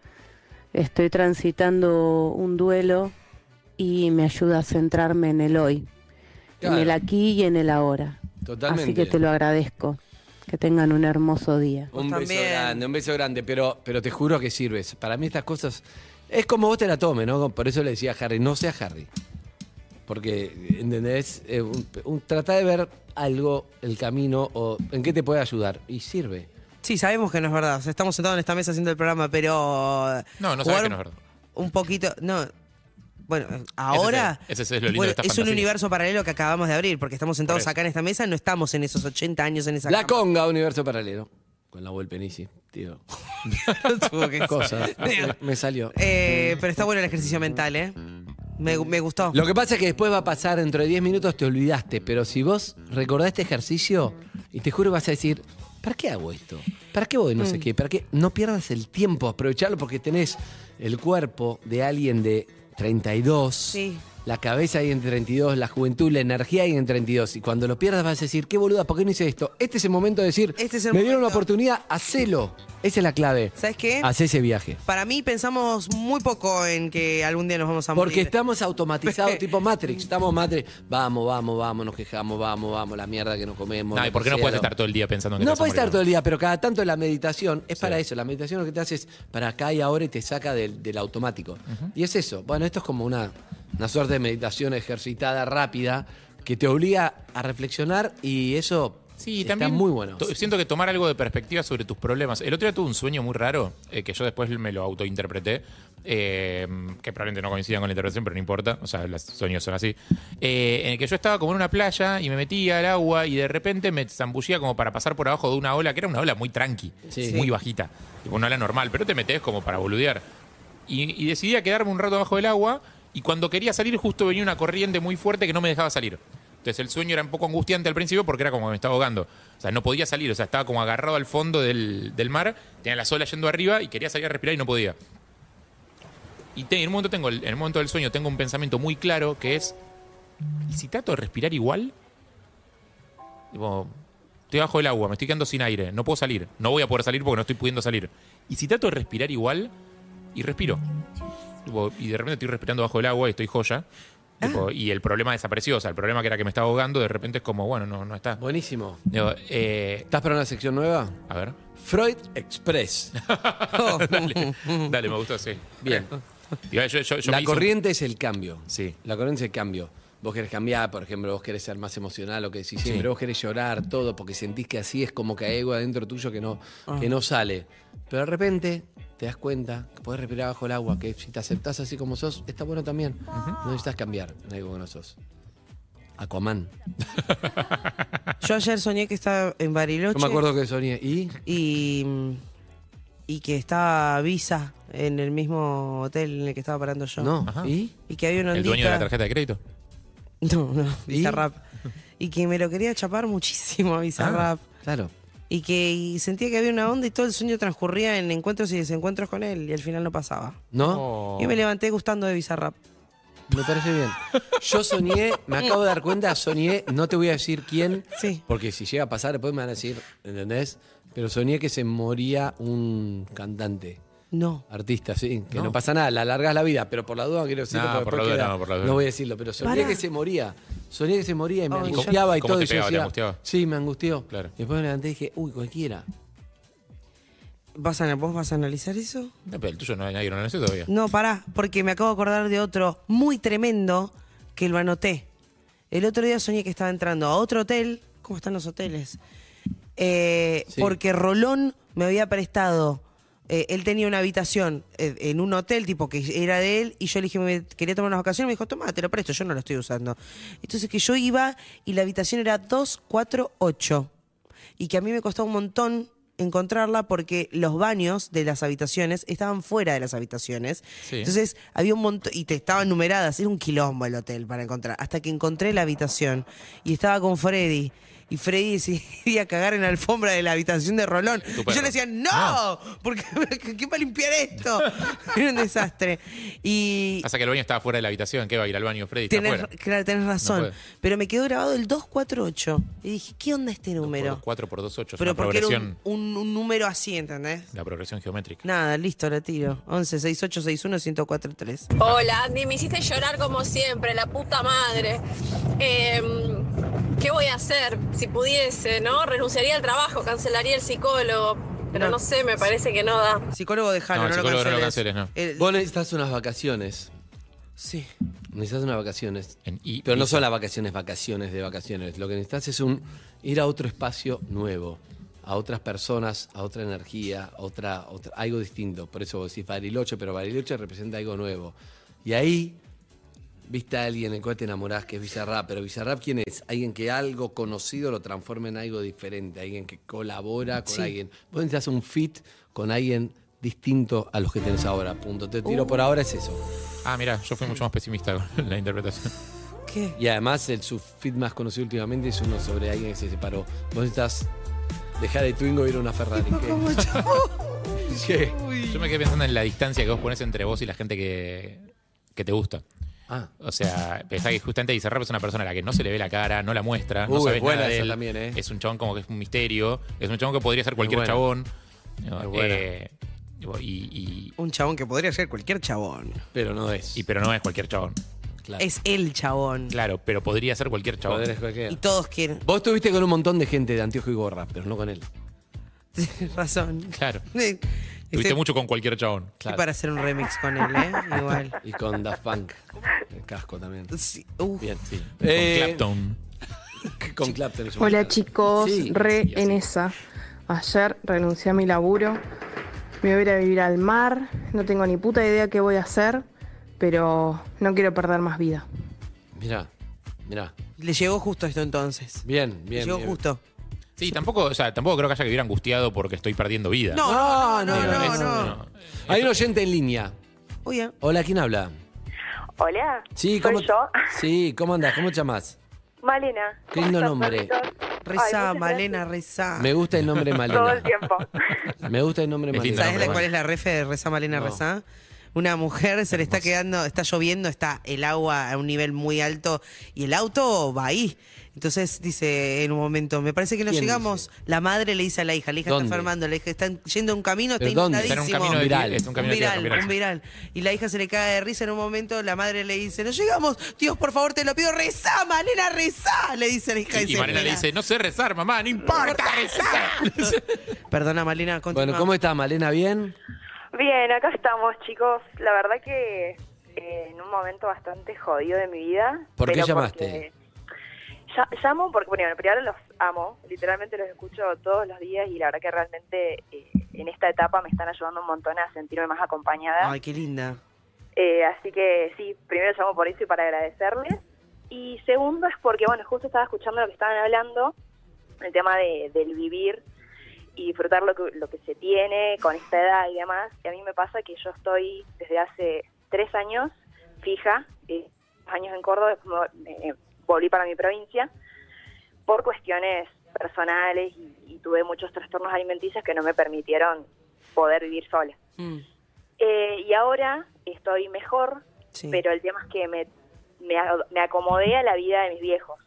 O: Estoy transitando un duelo y me ayuda a centrarme en el hoy,
C: Claro.
O: en el aquí y en el ahora.
C: Totalmente.
O: Así que te lo agradezco. Que tengan un hermoso día.
C: Un
D: Vos
C: beso
D: también.
C: grande, un beso grande, pero, pero te juro que sirves. Para mí estas cosas es como vos te la tomes, ¿no? Por eso le decía a Harry, no sea Harry. Porque, ¿entendés? Eh, un, un- tratá de ver algo, el camino, o en qué te puede ayudar. Y sirve.
D: Sí, sabemos que no es verdad. O sea, Estamos sentados en esta mesa haciendo el programa, pero.
E: No, no sabes
D: jugar
E: que no es verdad.
D: Un poquito. No. Bueno, ahora.
E: ese es lo lindo de
D: bueno,
E: estas
D: es un
E: fantasías.
D: universo paralelo que acabamos de abrir, porque estamos sentados
E: Por eso.
D: acá en esta mesa, no estamos en esos 80 años en esa
C: La
D: cama.
C: conga, universo paralelo. Con la Wolpenici, tío.
D: Tuvo que-
C: Cosa. me salió.
D: Eh, pero está bueno el ejercicio mental, ¿eh? Me, me gustó.
C: Lo que pasa es que después va a pasar, dentro de 10 minutos te olvidaste, pero si vos recordás este ejercicio, y te juro vas a decir, ¿para qué hago esto? ¿Para qué voy no
D: Mm.
C: sé qué? ¿Para qué? No pierdas el tiempo, aprovecharlo porque tenés el cuerpo de alguien de 32,
D: Sí.
C: la cabeza ahí en 32, la juventud, la energía ahí en 32, y cuando lo pierdas vas a decir, qué boluda, ¿por qué no hice esto? Este es el momento de decir,
D: Este es el
C: me dieron una
D: momento.
C: oportunidad, hacelo. Esa es la clave.
D: ¿Sabes qué?
E: Ah,
C: Hacé ese viaje.
D: Para mí pensamos muy poco en que algún día nos vamos a morir.
C: Porque estamos automatizados, tipo Matrix. Estamos Matrix. Vamos, vamos, vamos, nos quejamos, vamos, vamos, la mierda que nos comemos.
E: No, ¿y
C: lo
E: por qué
C: que
E: no
C: sea,
E: puedes
C: lo-
E: estar todo el día pensando en que
C: No
E: te vas a
C: puedes estar
E: morir?
C: todo el día, pero cada tanto la meditación es para eso. La meditación lo que te hace es para acá y ahora y te saca del, del automático. Y es eso. Bueno, esto es como una, una suerte de meditación ejercitada, rápida, que te obliga a reflexionar y eso
E: Sí,
C: está
E: también
C: muy bueno.
E: to- Siento que tomar algo de perspectiva sobre tus problemas. El otro día tuve un sueño muy raro, eh, que yo después me lo autointerpreté, eh, que probablemente no coincidan con la interpretación, pero no importa, o sea, los sueños son así, Eh, en el que yo estaba como en una playa y me metía al agua y de repente me zambullía como para pasar por abajo de una ola, que era una ola muy tranqui,
C: Sí.
E: muy bajita, tipo una ola normal, pero te metes como para boludear. Y, y decidí a quedarme un rato abajo del agua y cuando quería salir justo venía una corriente muy fuerte que no me dejaba salir. Entonces el sueño era un poco angustiante al principio porque era como que me estaba ahogando. O sea, no podía salir, o sea, estaba como agarrado al fondo del, del mar, tenía las olas yendo arriba y quería salir a respirar y no podía. Y te- en, el momento tengo, el- en el momento del sueño tengo un pensamiento muy claro que es, ¿y si trato de respirar igual? Tipo, estoy bajo el agua, me estoy quedando sin aire, no puedo salir, no voy a poder salir porque no estoy pudiendo salir. Y si trato de respirar igual, y respiro. Tipo, y de repente estoy respirando bajo el agua y estoy joya. Tipo,
C: Ah.
E: Y el problema desapareció, o sea, el problema que era que me estaba ahogando, de repente es como, bueno, no, no está.
C: Buenísimo.
E: Digo, eh,
C: ¿Estás para una sección nueva?
E: a ver.
C: Freud Express. Oh.
E: Dale, dale, me gustó, sí.
C: Bien.
E: Digo, yo- yo- yo me
C: la
E: hice un-
C: corriente es el cambio.
E: Sí.
C: La corriente es el cambio. Vos querés cambiar, por ejemplo, vos querés ser más emocional, lo que decís siempre, vos querés llorar, todo, porque sentís que así es como que hay algo adentro tuyo que no,
D: Ah.
C: que no sale. Pero de repente te das cuenta que podés respirar bajo el agua, que si te aceptás así como sos, está bueno también. No necesitas cambiar en algo que no sos. Aquaman.
D: Yo ayer soñé que estaba en Bariloche.
C: Yo me acuerdo que soñé. ¿Y?
D: Y, y que estaba Visa en el mismo hotel en el que estaba parando yo.
C: No, Ajá. ¿y?
D: Y que había una
E: ¿El
D: ondita.
E: dueño de la tarjeta de crédito?
D: No, no,
C: ¿Y?
D: Bizarrap. ¿Y? que me lo quería chapar muchísimo a
C: Ah.
D: Bizarrap.
C: Claro.
D: Y que y sentía que había una onda y todo el sueño transcurría en encuentros y desencuentros con él y al final no pasaba.
E: Oh.
C: ¿No?
D: Y me levanté gustando de Bizarrap.
C: Me parece bien. Yo soñé, me acabo de dar cuenta, soñé, no te voy a decir quién, porque si llega a pasar después me van a decir, ¿entendés? Pero soñé que se moría un cantante,
D: No.
C: artista, sí, que no,
E: No.
C: pasa nada, la alargas la vida, pero por la duda quiero decirlo. porque
E: No, por la
C: después
E: duda
C: queda-
E: no, por la duda.
C: No voy a decirlo, pero soñé
E: Pará.
C: que se moría, soñé que se moría y me
E: Ay, ¿Y
C: angustiaba y
E: cómo
C: todo.
E: te
C: y yo
E: pegaba? ¿Te
C: decía,
E: angustiaba?
C: Sí, me angustió.
E: Claro.
C: Y después me levanté y dije, uy, cualquiera.
D: ¿Vas a, ¿Vos vas a analizar eso?
E: No, pero el tuyo no, nadie lo analizó todavía.
D: No, pará, porque me acabo de acordar de otro muy tremendo que lo anoté. El otro día soñé que estaba entrando a otro hotel. ¿Cómo están los hoteles? Eh,
C: Sí.
D: Porque Rolón me había prestado. eh, él tenía una habitación eh, en un hotel, tipo que era de él, y yo le dije, me quería tomar unas vacaciones. Me dijo, toma, te lo presto, yo no lo estoy usando. Entonces que yo iba y la habitación era 248 y que a mí me costó un montón encontrarla porque los baños de las habitaciones estaban fuera de las habitaciones.
P: Sí.
D: Entonces había un montón y te estaban numeradas, era un quilombo el hotel para encontrar, hasta que encontré la habitación y estaba con Freddy. Y Freddy decidía cagar en la alfombra de la habitación de Rolón.
P: Tu
D: Y yo
P: perro.
D: le decía, no, porque ¿qué para limpiar esto? Era un desastre. Y,
E: Pasa que el baño estaba fuera de la habitación. ¿Qué va a ir al baño Freddy? Está
D: Tenés,
E: afuera.
D: claro, tenés razón.
E: puede.
D: pero me quedó grabado el 248. Y dije, ¿qué onda este número?
E: 4 por 2, 8. Es
D: Pero
E: una
D: porque era un,
E: progresión.
D: un- un número así, ¿entendés?
E: La progresión geométrica.
D: Nada, listo, la tiro. 11 68 61 1043.
Q: Hola Andy, me hiciste llorar como siempre, la puta madre. Em, ¿Qué voy a hacer si pudiese, no? Renunciaría al trabajo, cancelaría el psicólogo, pero no sé, me parece que no da.
D: Psicólogo de
E: No, el psicólogo no lo canceles, no.
C: Vos necesitas unas vacaciones.
D: Sí.
C: Necesitas unas vacaciones. Pero no
E: Ibiza.
C: son las vacaciones, vacaciones de vacaciones. Lo que necesitas es un ir a otro espacio nuevo, a otras personas, a otra energía, a otra, otra- algo distinto. Por eso vos decís Bariloche, pero Bariloche representa algo nuevo. Y ahí viste a alguien en el cual te enamorás, que es Bizarrap. Pero Bizarrap, ¿quién es? Alguien que algo conocido lo transforma en algo diferente, alguien que colabora con
D: Sí.
C: alguien. Vos necesitas un fit con alguien distinto a los que tenés ahora, punto. Te tiro
E: Uh.
C: por ahora, es eso.
E: Ah, mira, yo fui mucho más pesimista con la interpretación.
D: ¿Qué?
C: Y además el su fit más conocido últimamente es uno sobre alguien que se separó. Vos estás dejar de Twingo y ir a una Ferrari. ¿Qué? ¿Qué?
E: Yo me quedé pensando en la distancia que vos pones entre vos y la gente que, que te gusta.
C: Ah.
E: O sea, pensá que justamente Bizarrap es una persona a la que no se le ve la cara, no la muestra,
C: Uh,
E: no
C: es
E: sabes
C: buena
E: nada de
C: esa
E: él.
C: también, ¿eh?
E: Es un chabón como que es un misterio, es un chabón que podría ser cualquier
C: buena.
E: chabón.
C: buena.
E: Eh, y, y-
D: Un chabón que podría ser cualquier chabón.
C: pero no es.
E: y- pero no es cualquier chabón.
C: Claro.
D: Es el chabón.
E: Claro, pero podría ser cualquier chabón.
C: Podría ser cualquiera.
D: Y todos quieren.
C: Vos estuviste con un montón de gente de Antiojo y Gorra, pero no con él.
D: Tienes razón.
E: Claro.
D: Eh,
E: Tuviste
D: estoy-
E: mucho con cualquier chabón.
D: estoy para hacer un remix con él, ¿eh? Igual.
C: Y con Daft Punk. El casco también.
D: Sí, uh.
C: Bien, sí. Eh,
E: Con Clapton.
C: Con Clapton. es un
P: Hola
C: buen-
P: chicos,
C: Sí.
P: re en esa. Ayer renuncié a mi laburo, me voy a ir a vivir al mar, no tengo ni puta idea qué voy a hacer, pero no quiero perder más vida.
C: Mirá, mirá.
D: Le llegó justo esto entonces.
C: Bien,
D: Le
C: bien.
D: llegó
C: bien.
D: justo.
E: Sí, tampoco, o sea, tampoco creo que haya que vivir angustiado porque estoy perdiendo vida.
D: No,
C: Ah,
D: no, no,
E: Digo,
D: no,
E: es-
D: no.
C: Hay un oyente en línea.
D: Oye.
C: Hola, ¿quién habla?
R: Hola,
C: Sí,
R: soy
C: ¿cómo?
R: yo,
C: Sí, ¿cómo andás? ¿Cómo te llamás?
R: Malena.
C: Qué lindo nombre.
D: Rezá, Malena, rezá.
C: Me gusta el nombre
R: Todo el
C: Malena.
R: tiempo.
C: Me gusta el nombre Malena.
D: ¿Sabes la- cuál es la refe de Reza Malena
C: No.
D: Rezá? Una mujer se le está quedando, está lloviendo, está el agua a un nivel muy alto y el auto va ahí. Entonces dice en un momento, me parece que no
C: ¿Quién
D: llegamos. La madre le dice a la hija, la hija
C: ¿Dónde?
D: está enfermando, la hija está yendo a un camino, está
C: ¿Pero dónde? Está en
D: inundadísimo.
C: un camino de Viral. tierra, está en
D: Un
C: un
D: viral,
C: camino de tierra,
D: un
C: viral,
D: viral,
C: sí.
D: Y la hija se le cae de risa en un momento, la madre le dice, no llegamos, Dios, por favor, te lo pido, rezá, Malena, rezá, le dice la hija.
E: Y Mariana le
D: desesperada.
E: dice, no sé rezar, mamá, no importa rezar.
D: Perdona, Malena, continúa.
C: Bueno, ¿cómo está Malena? ¿Bien?
R: Bien, acá estamos, chicos. La verdad que eh, eh, en un momento bastante jodido de mi vida.
C: ¿Por qué
R: pero
C: llamaste?
R: porque- ya- llamo porque, bueno, primero los amo, literalmente los escucho todos los días y la verdad que realmente eh, en esta etapa me están ayudando un montón a sentirme más acompañada.
D: Ay, qué linda.
R: Eh, así que sí, primero llamo por eso y para agradecerles. Y segundo es porque, bueno, justo estaba escuchando lo que estaban hablando, el tema de, del vivir y disfrutar lo que, lo que se tiene con esta edad y demás. Y a mí me pasa que yo estoy desde hace tres años fija, eh, dos años en Córdoba, después me- me volví para mi provincia, por cuestiones personales y- y tuve muchos trastornos alimenticios que no me permitieron poder vivir sola.
J: Mm.
R: Eh, y ahora estoy mejor,
D: Sí.
R: pero el tema es que me, me, a- me acomodé a la vida de mis viejos.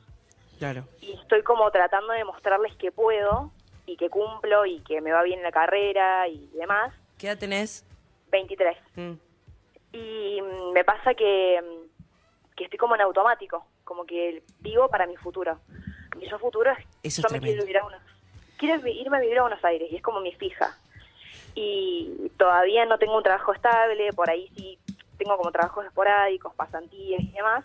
D: Claro.
R: Y estoy como tratando de mostrarles que puedo y que cumplo y que me va bien la carrera y demás.
J: ¿Qué edad tenés?
R: 23.
D: Mm.
R: Y mm, me pasa que, mm, que estoy como en automático, como que vivo para mi futuro. Mi yo futuro es,
J: Eso es
R: yo me quiero vivir a Buenos quiero vi- irme a vivir a Buenos Aires y es como mi fija. Y todavía no tengo un trabajo estable, por ahí sí tengo como trabajos esporádicos, pasantías y demás,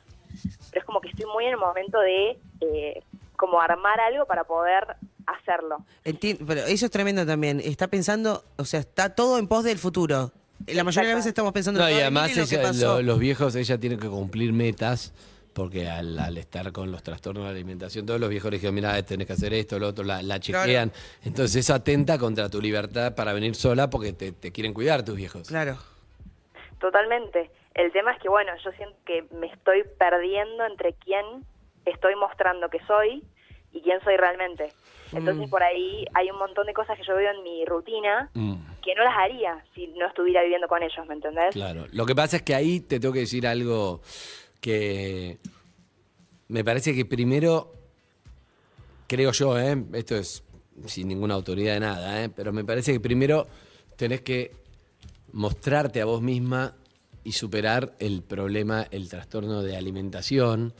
R: pero es como que estoy muy en el momento de eh, como armar algo para poder hacerlo.
D: Enti- pero eso es tremendo también. Está pensando, o sea, está todo en pos del futuro. La mayoría de las veces estamos pensando
C: No, y
D: "Ay,
C: además
D: miren lo que
C: ella-
D: pasó".
C: lo- los viejos, ella tiene que cumplir metas, porque al, al estar con los trastornos de alimentación, todos los viejos le dijeron, mira, tenés que hacer esto, lo otro, la, la chequean. Entonces es atenta contra tu libertad para venir sola porque te, te quieren cuidar tus viejos.
D: Claro.
R: Totalmente. El tema es que, bueno, yo siento que me estoy perdiendo entre quién estoy mostrando que soy y quién soy realmente. Entonces, por ahí hay un montón de cosas que yo veo en mi rutina que no las haría si no estuviera viviendo con ellos, ¿me entendés?
C: Claro. Lo que pasa es que ahí te tengo que decir algo que me parece que primero, creo yo, ¿eh? esto es sin ninguna autoridad de nada, ¿eh? pero me parece que primero tenés que mostrarte a vos misma y superar el problema, el trastorno de alimentación.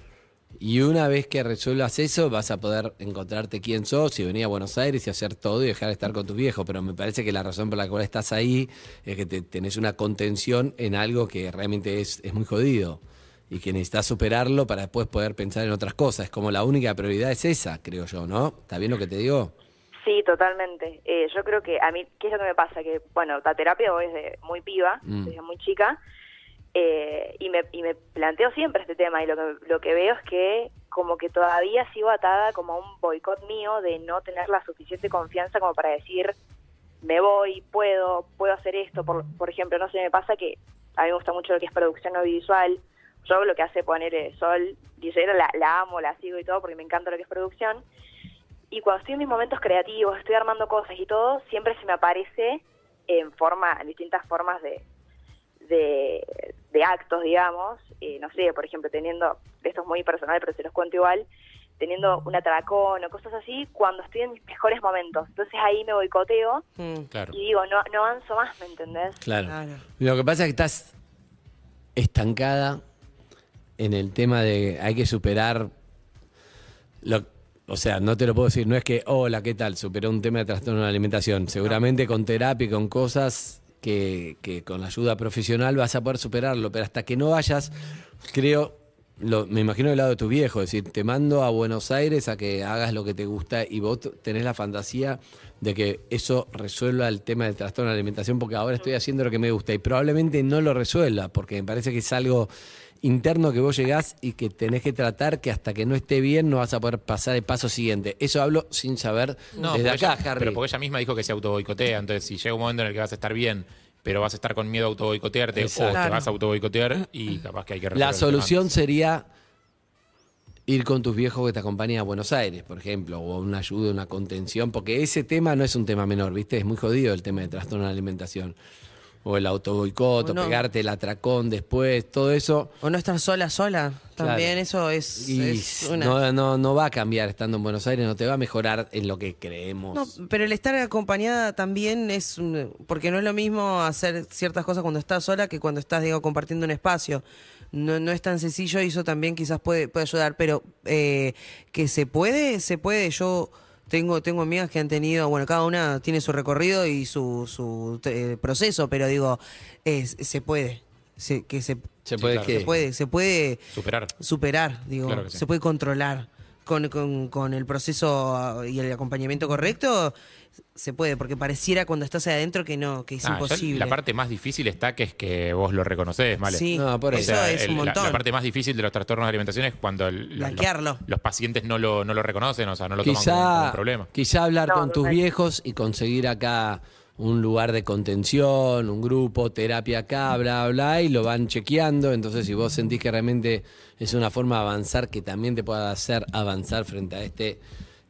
C: Y una vez que resuelvas eso, vas a poder encontrarte quién sos y venir a Buenos Aires y hacer todo y dejar de estar con tu viejo. Pero me parece que la razón por la cual estás ahí es que te- tenés una contención en algo que realmente es, es muy jodido y que necesitas superarlo para después poder pensar en otras cosas. Es como la única prioridad es esa, creo yo, ¿no? ¿Está bien lo que te digo?
R: Sí, totalmente. Eh, yo creo que a mí, ¿qué es lo que me pasa? Que, bueno, la terapia voy desde muy piba,
C: Mm.
R: desde muy chica, eh, y, me, y me planteo siempre este tema, y lo que, lo que veo es que como que todavía sigo atada como a un boicot mío de no tener la suficiente confianza como para decir, me voy, puedo, puedo hacer esto. Por, por ejemplo, no sé, me pasa que a mí me gusta mucho lo que es producción audiovisual. Yo hago lo que hace poner eh, sol, Guillera la, la amo, la sigo y todo, porque me encanta lo que es producción. Y cuando estoy en mis momentos creativos, estoy armando cosas y todo, siempre se me aparece en forma, en distintas formas de, de, de actos, digamos. Eh, no sé, por ejemplo, teniendo, esto es muy personal, pero se los cuento igual, teniendo un atracón o cosas así, cuando estoy en mis mejores momentos. Entonces ahí me boicoteo
E: Claro.
R: y digo, no, no avanzo más, ¿me entendés?
C: Claro. Lo que pasa es que estás estancada en el tema de hay que superar. Lo, o sea, no te lo puedo decir, no es que, hola, ¿qué tal? Superó un tema de trastorno de alimentación. Seguramente con terapia y con cosas que, que con la ayuda profesional vas a poder superarlo, pero hasta que no vayas, creo. lo- me imagino del lado de tu viejo, es decir, te mando a Buenos Aires a que hagas lo que te gusta y vos t- tenés la fantasía de que eso resuelva el tema del trastorno de alimentación porque ahora estoy haciendo lo que me gusta y probablemente no lo resuelva porque me parece que es algo interno que vos llegás y que tenés que tratar que hasta que no esté bien no vas a poder pasar el paso siguiente. Eso hablo sin saber
E: No,
C: desde
E: porque
C: acá,
E: ella-
C: Harry.
E: Pero porque ella misma dijo que se auto boicotea. Entonces, si llega un momento en el que vas a estar bien, pero vas a estar con miedo a auto boicotearte, o
C: Exacto.
E: te
C: Claro.
E: vas a auto boicotear y capaz que hay que resolver
C: La
E: el
C: solución sería ir con tus viejos que te acompañen a Buenos Aires, por ejemplo, o una ayuda, una contención, porque ese tema no es un tema menor, ¿viste? Es muy jodido el tema de trastorno de alimentación. O el auto boicot, o
D: O no.
C: pegarte el atracón después, todo eso.
D: O no estar sola, sola. También
C: Claro.
D: eso es,
C: Y
D: es una...
C: no, no, no va a cambiar estando en Buenos Aires, no te va a mejorar en lo que creemos.
D: No, pero el estar acompañada también es. un- Porque no es lo mismo hacer ciertas cosas cuando estás sola que cuando estás, digo, compartiendo un espacio. No, no es tan sencillo y eso también quizás puede, puede ayudar, pero eh, que se puede, se puede. Yo tengo, tengo amigas que han tenido, bueno, cada una tiene su recorrido y su, su eh, proceso, pero digo, es- se puede. se, que se,
C: Se puede
D: se
C: qué?
D: puede, se puede
E: Superar.
D: superar, digo,
E: Claro que sí.
D: se puede controlar. Con, con- con el proceso ah, y el acompañamiento correcto, se puede, porque pareciera cuando estás ahí adentro que no, que es
E: Ah, ya
D: imposible.
E: La parte más difícil está que es que vos lo reconocés, ¿vale?
D: Sí, No, por eso es un
E: la- La,
D: montón.
E: parte más difícil de los trastornos de alimentación es cuando el- los-
D: Blanquearlo.
E: los, pacientes no lo, no lo reconocen, o sea, no lo toman como, como un
C: quizá,
E: problema.
C: quizá hablar con tus viejos y conseguir acá un lugar de contención, un grupo, terapia acá, bla, bla, y lo van chequeando. Entonces, si vos sentís que realmente es una forma de avanzar que también te pueda hacer avanzar frente a este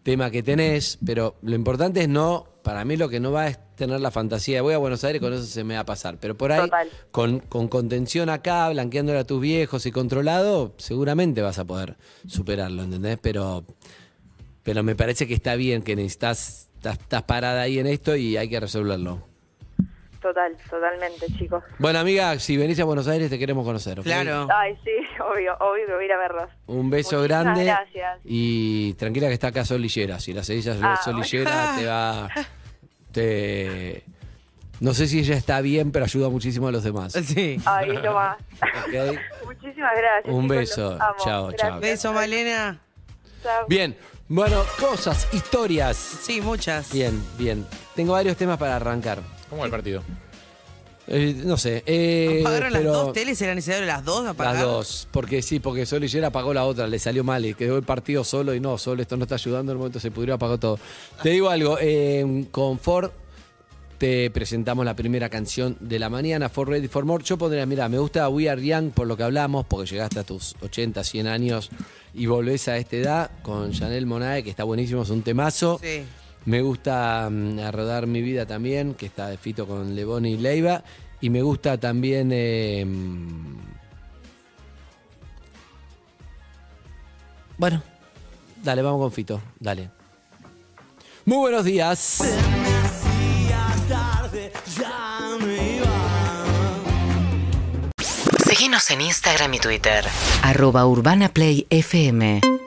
C: tema que tenés, pero lo importante es no, para mí lo que no va es tener la fantasía de voy a Buenos Aires con eso se me va a pasar, pero por ahí
R: Total.
C: con, con contención acá, blanqueándole a tus viejos y controlado, seguramente vas a poder superarlo, ¿entendés? Pero pero me parece que está bien que necesitas, estás, estás parada ahí en esto y hay que resolverlo.
R: Total, totalmente, chicos.
C: Bueno, amiga, si venís a Buenos Aires te queremos conocer. ¿ok?
R: Ay, sí, obvio, obvio que voy a ir a verlos.
C: Un beso
R: Muchísimas
C: grande.
R: gracias.
C: Y tranquila que está acá Solillera. Si la seguís a
R: Ah,
C: Solillera,
R: bueno.
C: te va. Te. No sé si ella está bien, pero ayuda muchísimo a los demás.
D: Sí.
E: Ah,
R: Ay, es lo más.
C: ¿ok?
R: Muchísimas gracias.
C: Un
R: chicos,
C: beso.
R: los amo.
C: Chao,
R: Gracias.
C: chao.
D: Beso, Malena.
R: Chao.
C: Bien. Bueno, cosas, historias. Sí,
D: muchas.
C: Bien, bien. Tengo varios temas para arrancar.
E: ¿Cómo va el partido?
C: Eh, no sé. eh,
D: ¿Pagaron
C: pero-
D: las dos teles? ¿Era necesario las dos apagar?
C: Las dos, porque sí, porque Sol Higuera apagó la otra, le salió mal, y quedó el partido solo y no, solo esto no está ayudando, en el momento se pudrió, apagó todo. Te digo algo, eh, con Ford te presentamos la primera canción de la mañana, For Ready for More. Yo pondría, mira, me gusta We Are Young por lo que hablamos, porque llegaste a tus 80, 100 años y volvés a esta edad con Chanel Monae, que está buenísimo, es un temazo.
D: Sí.
C: Me gusta mm, A Rodar Mi Vida también, que está de fito con Leboni y Leiva. Y me gusta también... eh, mm, bueno, dale, vamos con Fito, dale. Muy buenos días.
F: Síguenos en Instagram y Twitter.
S: Arroba Urbana Play FM.